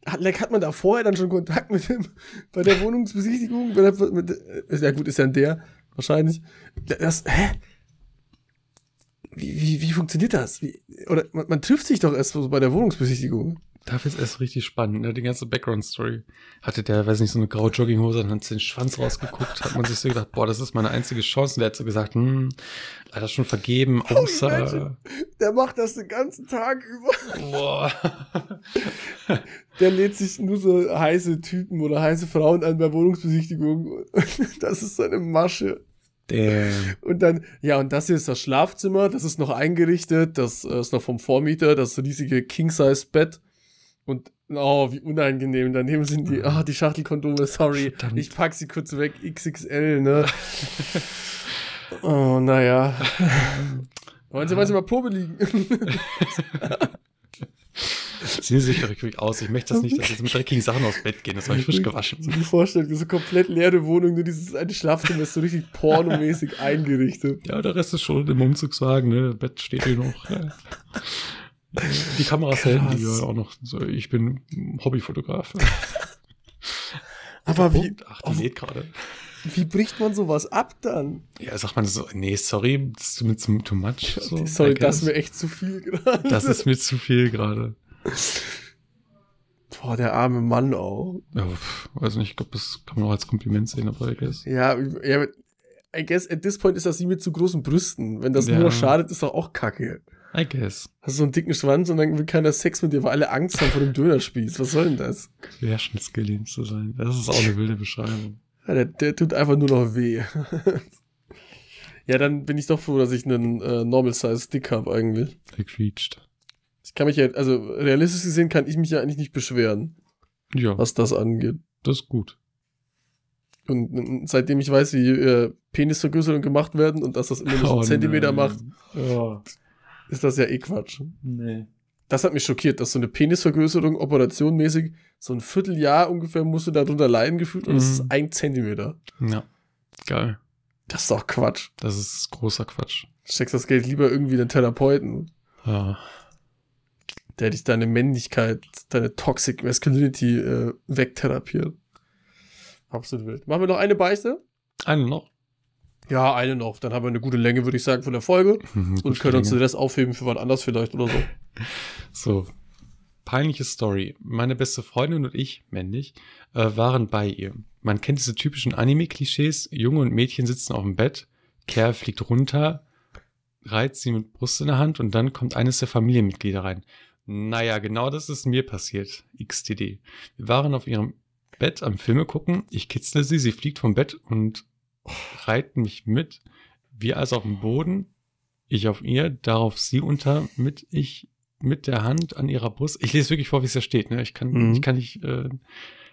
hat, like, hat man da vorher dann schon Kontakt mit dem, bei der Wohnungsbesichtigung? Bei der, mit, äh, ja gut, ist ja der, wahrscheinlich. Das, hä? Wie, wie, wie funktioniert das? Wie, oder man, man trifft sich doch erst so bei der Wohnungsbesichtigung. Dafür ist erst richtig spannend, ne? Die ganze Background-Story. Hatte der, weiß nicht, so eine graue Jogginghose und hat den Schwanz rausgeguckt, hat man sich so gedacht, boah, das ist meine einzige Chance. Und der hat so gesagt, hm, leider schon Oh, vergeben, außer. imagine. Der macht das den ganzen Tag über. Boah. Der lädt sich nur so heiße Typen oder heiße Frauen an bei Wohnungsbesichtigungen. <laughs> Das ist seine Masche. Damn. Und dann, ja, und das hier ist das Schlafzimmer, das ist noch eingerichtet, das äh, ist noch vom Vormieter, das riesige King-Size-Bett. Und, oh, wie unangenehm, daneben sind die, ah, die Schachtelkondome, sorry, Verdammt. ich pack sie kurz weg, XXL, ne? oh, naja. Wollen Sie, wollen Sie mal Probe liegen? Ziehen Sie sich doch wirklich aus. Ich möchte das nicht, dass Sie jetzt mit dreckigen Sachen aus Bett gehen. Das habe ich frisch So gewaschen. mir vorstellen, so komplett leere Wohnung, nur dieses eine Schlafzimmer ist so richtig <laughs> pornomäßig eingerichtet. Ja, der Rest ist schon im Umzugswagen, ne? Bett steht hier noch. ne? Die Kameras Krass. helfen dir auch noch. So, ich bin Hobbyfotograf. Aber wie, Ach, die lädt gerade. wie bricht man sowas ab dann? Ja, sagt man so, nee, sorry, das ist mir zu- too much. So, sorry, I das guess. ist mir echt zu viel gerade. das ist mir zu viel gerade. Boah, der arme Mann oh. auch. Ja, pf, weiß nicht, ich glaube, das kann man auch als Kompliment sehen, aber I guess. Ja, ja, I guess at this point ist das wie mit zu großen Brüsten. Wenn das Ja. nur schadet, ist doch auch kacke. I guess. Hast du so einen dicken Schwanz und dann will keiner Sex mit dir, weil alle Angst haben vor dem Dönerspieß. Was soll denn das? Querschnittsgelähmt zu sein. Das ist auch eine wilde Beschreibung. Ja, der, der tut einfach nur noch weh. <laughs> ja, dann bin ich doch froh, dass ich einen äh, Normal-Size-Dick habe eigentlich. Gequetscht. Ich kann mich ja, also realistisch gesehen kann ich mich ja eigentlich nicht beschweren, Ja, was das angeht. das ist gut. Und mm, seitdem ich weiß, wie äh, Penisvergrößerungen gemacht werden und dass das immer nur so einen <laughs> Oh, Zentimeter nein. macht, <laughs> Ja, ist das ja eh Quatsch. nee. Das hat mich schockiert, dass so eine Penisvergrößerung operationmäßig so ein Vierteljahr ungefähr musst du darunter leiden gefühlt und es Mhm. ist ein Zentimeter. Ja, geil. Das ist doch Quatsch. Das ist großer Quatsch. Steckst das Geld lieber irgendwie in einen Therapeuten, Ja, der dich deine Männlichkeit, deine Toxic Masculinity äh, wegtherapiert. Absolut wild. Machen wir noch eine Beichte? eine Ah, noch. Ja, eine noch. Dann haben wir eine gute Länge, würde ich sagen, von der Folge. Und können uns den Rest aufheben für was anderes vielleicht oder so. So. Peinliche Story. Meine beste Freundin und ich, männlich, äh, waren bei ihr. Man kennt diese typischen Anime-Klischees. Junge und Mädchen sitzen auf dem Bett, Kerl fliegt runter, reizt sie mit Brust in der Hand und dann kommt eines der Familienmitglieder rein. Naja, genau das ist mir passiert. XTD. Wir waren auf ihrem Bett am Filme gucken. Ich kitzle sie, sie fliegt vom Bett und reiht mich mit. Wir also auf dem Boden, ich auf ihr, darauf sie unter, mit ich mit der Hand an ihrer Brust. Ich lese wirklich vor, wie es da steht. Ne? Ich kann, Mhm. ich kann nicht. Äh,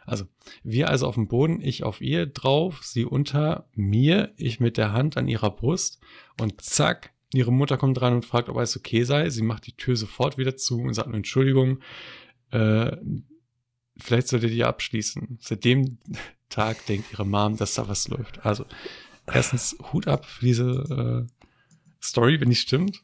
also wir also auf dem Boden, ich auf ihr drauf, sie unter mir, ich mit der Hand an ihrer Brust und zack. Ihre Mutter kommt rein und fragt, ob alles okay sei. Sie macht die Tür sofort wieder zu und sagt Entschuldigung. Äh, vielleicht solltet ihr abschließen. Seit dem <laughs> Tag denkt ihre Mom, dass da was läuft. Also, erstens Hut ab für diese äh, Story, wenn die stimmt.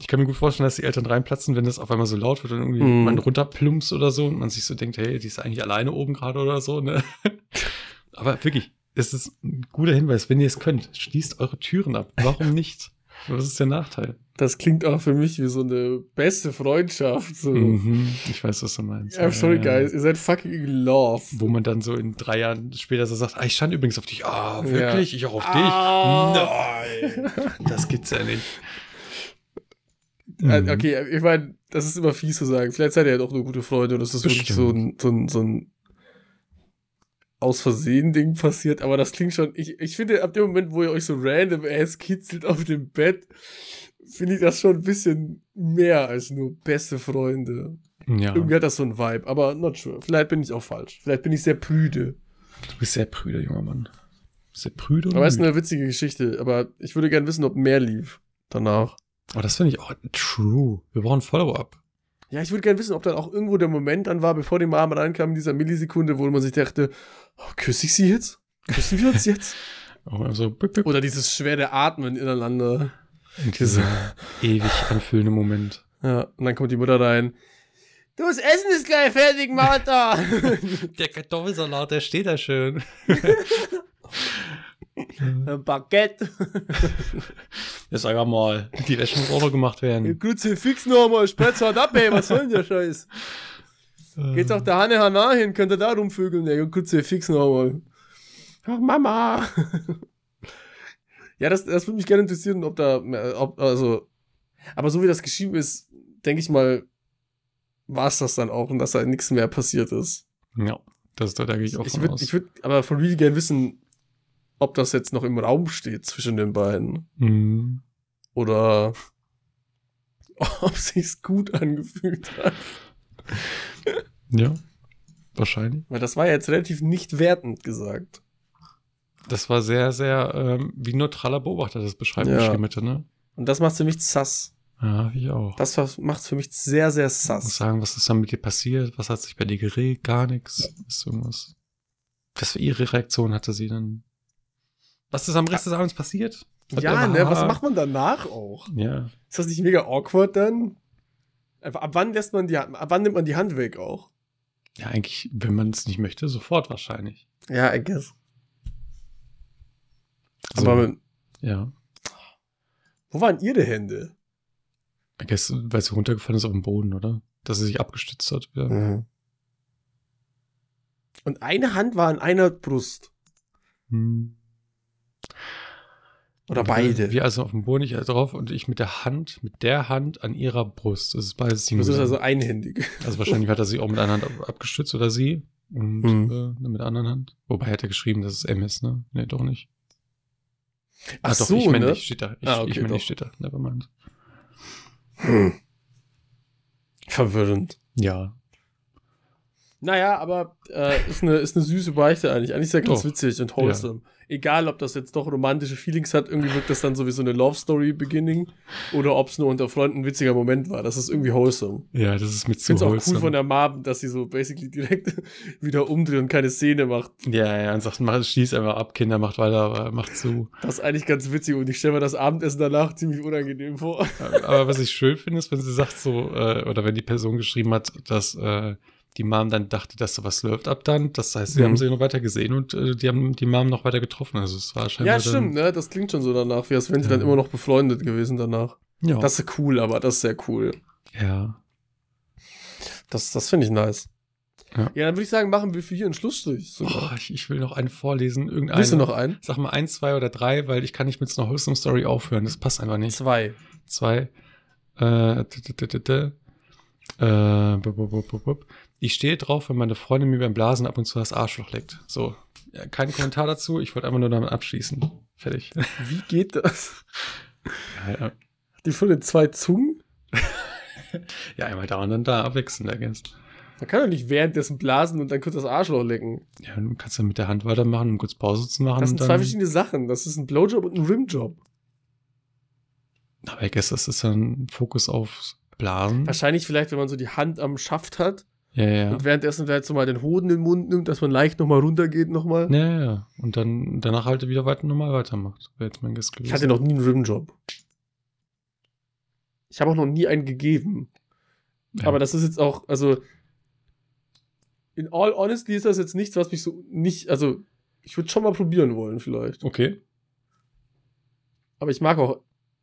Ich kann mir gut vorstellen, dass die Eltern reinplatzen, wenn das auf einmal so laut wird und irgendwie Mhm. man runterplumpst oder so und man sich so denkt, hey, die ist eigentlich alleine oben gerade oder so. Ne? <laughs> Aber wirklich, es ist ein guter Hinweis, wenn ihr es könnt, schließt eure Türen ab. <laughs> Warum nicht? Was ist der Nachteil? Das klingt auch für mich wie so eine beste Freundschaft. So. Mhm, ich weiß, was du meinst. I'm Oh. sorry, Ja, ja, ja. guys, ihr seid fucking in love. Wo man dann so in drei Jahren später so sagt, ah, ich stand übrigens auf dich. Ah, wirklich? Ich auch auf Ah. dich? Nein, das gibt's ja nicht. Mhm. Äh, Okay, ich meine, das ist immer fies zu sagen. Vielleicht seid ihr ja doch nur gute Freunde und es ist wirklich Bestimmt. so ein, so ein, so ein aus Versehen Ding passiert, aber das klingt schon, ich, ich finde, ab dem Moment, wo ihr euch so random ass kitzelt auf dem Bett, finde ich das schon ein bisschen mehr als nur beste Freunde. Ja, Irgendwie du hat das so ein Vibe, aber not sure. Vielleicht bin ich auch falsch. Vielleicht bin ich sehr prüde. bist sehr prüde, junger Mann. Sehr prüde. und Aber es ist müde. eine witzige Geschichte, aber ich würde gerne wissen, ob mehr lief danach. Oh, das finde ich auch true. Wir brauchen Follow-up. Ja, ich würde gerne wissen, ob dann auch irgendwo der Moment dann war, bevor die Mama reinkam, in dieser Millisekunde, wo man sich dachte, oh, küsse ich sie jetzt? Küssen wir uns jetzt? Oh, Also, bip, bip. <laughs> Oder dieses schwere Atmen ineinander. dieser ewig anfühlende Moment. Ja, und dann kommt die Mutter rein. Du, das Essen ist gleich fertig, <laughs> Martha. Der Kartoffelsalat, der steht da schön. Ein Baguette. Ja, sag mal, die Wäsche muss auch noch gemacht werden. Kruzifix nochmal, Spritz halt ab, ey, was soll denn der Scheiß? Geht's auch der Hanne Hanna hin, könnt ihr da rumvögeln, ey, Kruzifix nochmal. Ach, Mama. <laughs> ja, das, das würde mich gerne interessieren, ob da, mehr- ob, also, aber so wie das geschrieben ist, denke ich mal, war es das dann auch und dass da nichts mehr passiert ist. Ähm, Ja, das, da, da gehe ich auch Ich von würde aus. ich würd aber von real gerne wissen, ob das jetzt noch im Raum steht zwischen den beiden Mhm. oder <laughs> ob sich's gut angefühlt hat. Ja, wahrscheinlich. Weil das war ja jetzt relativ nicht wertend gesagt. Das war sehr, sehr, ähm, wie ein neutraler Beobachter das beschreibt, Ja. geschrieben hätte, ne? Und das macht's für mich sass. Ja, ich auch. Das was- macht's für mich sehr, sehr Ich muss sass. sagen, was ist dann mit dir passiert? Was hat sich bei dir geregt? Gar nichts. Ist irgendwas. Das war ihre Reaktion, hatte sie dann. Was ist am Rest des Abends passiert? Hat Ja, er- ne, was macht man danach auch? Ja, Ist das nicht mega awkward dann? Ab, ab wann lässt man die Hand, ab wann nimmt man die Hand weg auch? ja, eigentlich, wenn man es nicht möchte, sofort wahrscheinlich. Ja, I guess. Also, Aber ja. wo waren ihre Hände? I guess, weil sie runtergefallen ist auf den Boden, oder? Dass sie sich abgestützt hat. Ja. Mhm. Und eine Hand war an einer Brust. Hm. Oder Und beide. Wir also auf dem Boden, ich drauf und ich mit der Hand, mit der Hand an ihrer Brust. Das ist beides die das ist also also, einhändig. also wahrscheinlich hat er sie auch mit einer Hand ab- abgestützt oder sie. Und Mhm. äh, mit der anderen Hand. Wobei hat er geschrieben, dass es M ist, ne? Nee, doch nicht. Ah, Ach doch, ich ne? männlich steht da. Ich, Ah, okay, ich männlich doch. steht da. Nevermind. Hm. Verwirrend. Ja. Naja, aber äh, ist, eine, ist eine süße Beichte eigentlich. Eigentlich ist ja ganz Doch. witzig und wholesome. Egal, ob das jetzt doch romantische Feelings hat, irgendwie wirkt das dann sowieso eine Love Story Beginning oder ob es nur unter Freunden ein witziger Moment war. Das ist irgendwie wholesome. Ja, das ist mit Ich zu finde es auch cool wholesome. von der Mom, dass sie so basically direkt <laughs> wieder umdreht und keine Szene macht. Ja, ja, und sagt, mach, schließ einfach ab, Kinder, macht weiter, aber macht zu. Das ist eigentlich ganz witzig und ich stelle mir das Abendessen danach ziemlich unangenehm vor. Aber was ich schön finde, ist, wenn sie sagt so, äh, oder wenn die Person geschrieben hat, dass äh, die Mom dann dachte, dass da was läuft ab dann. Das heißt, sie Mhm. haben sie noch weiter gesehen und äh, die haben die Mom noch weiter getroffen. Also es war scheinbar Ja, stimmt, ne? Das klingt schon so danach, wie als wären sie dann Ja. immer noch befreundet gewesen danach. Dann, ja. Das ist cool, aber das ist sehr cool. ja. Das, das finde ich nice. Ja. Ja, dann würde ich sagen, machen wir für hier einen Schlussstrich. Oh, sogar. ich, ich will noch einen vorlesen. Irgendeinen. Willst du noch einen? Sag mal ein, zwei oder drei, weil ich kann nicht mit so einer Wholesome Story aufhören. Das passt einfach nicht. Zwei. zwei. Äh, t- t- t- t- t- äh, bup, bup, bup, bup, bup. ich stehe drauf, wenn meine Freundin mir beim Blasen ab und zu das Arschloch leckt. So, ja, kein Kommentar dazu. Ich wollte einfach nur damit abschließen. Fertig. Wie geht das? <laughs> Ja, ja. Hat Die Freundin zwei Zungen? ja einmal da und dann da abwechselnd ergänzt. Man kann doch nicht währenddessen blasen und dann kurz das Arschloch lecken. Ja, du kannst dann mit der Hand weitermachen, um kurz Pause zu machen. Das und sind dann, zwei verschiedene Sachen. Das ist ein Blowjob und ein Rimjob. Aber ich guess, das ist dann Fokus auf Blasen. Wahrscheinlich vielleicht, wenn man so die Hand am Schaft hat Ja, ja. Und währenddessen halt so mal den Hoden in den Mund nimmt, dass man leicht nochmal runtergeht nochmal. Ja, ja, ja. Und dann danach halt wieder weiter normal weitermacht. Wäre jetzt mein Guess gewesen. Ich hatte noch nie einen Rimjob. Ich habe auch noch nie einen gegeben. Ja. Aber das ist jetzt auch, also in all honesty ist das jetzt nichts, was mich so nicht, also ich würde schon mal probieren wollen vielleicht. Okay. Aber ich mag auch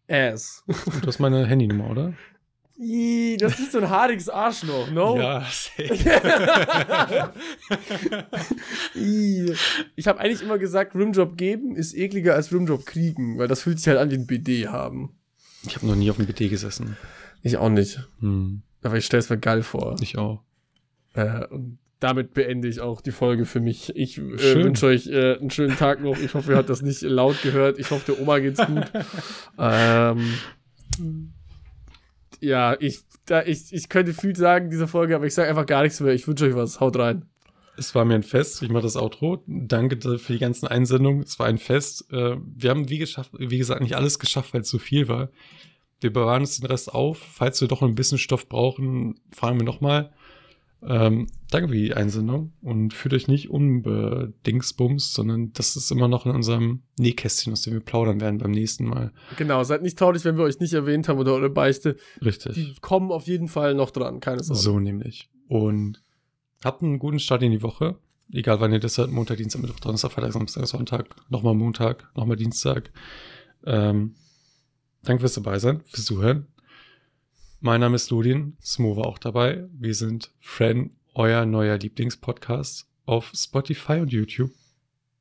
Ass. <laughs> Und das ist meine Handynummer, oder? Ih, das ist so ein haariges Arschloch, no? Ja, <laughs> safe. <laughs> Ih. ich habe eigentlich immer gesagt, Rimjob geben ist ekliger als Rimjob kriegen, weil das fühlt sich halt an wie ein BD haben. Ich habe noch nie auf dem BT gesessen. Ich auch nicht. Hm, Aber ich stelle es mir geil vor. ich auch. Äh, und damit beende ich auch die Folge für mich. Ich äh, Schön. wünsche euch äh, einen schönen Tag noch. Ich hoffe, ihr habt das nicht laut gehört. Ich hoffe, der Oma <laughs> geht's gut. ähm, ja, ich, da, ich, ich könnte viel sagen diese Folge, aber ich sage einfach gar nichts mehr. Ich wünsche euch was. Haut rein. Es war mir ein Fest. Ich mache das Outro. Danke da- für die ganzen Einsendungen. Es war ein Fest. Äh, Wir haben, wie, geschafft, wie gesagt, nicht alles geschafft, weil es zu viel war. Wir bewahren uns den Rest auf. Falls wir doch ein bisschen Stoff brauchen, fragen wir nochmal. Ähm, danke für die Einsendung und fühlt euch nicht unbedingsbums, sondern das ist immer noch in unserem Nähkästchen, aus dem wir plaudern werden beim nächsten Mal. Genau, seid nicht traurig, wenn wir euch nicht erwähnt haben oder eure Beichte. Richtig. Die kommen auf jeden Fall noch dran. Keine Sorge. So nämlich. Und habt einen guten Start in die Woche. Egal wann ihr das hört, Montag, Dienstag, Mittwoch, Donnerstag, Freitag, Samstag, Sonntag, nochmal Montag, nochmal Dienstag. Ähm, danke fürs dabei sein, fürs Zuhören. Mein Name ist Ludin, Smo war auch dabei. Wir sind Fran, euer neuer Lieblingspodcast auf Spotify und YouTube.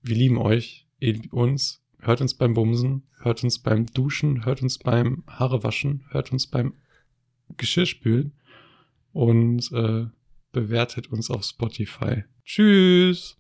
Wir lieben euch, ihr liebt uns. Hört uns beim Bumsen, hört uns beim Duschen, hört uns beim Haarewaschen, hört uns beim Geschirrspülen und äh, bewertet uns auf Spotify. Tschüss!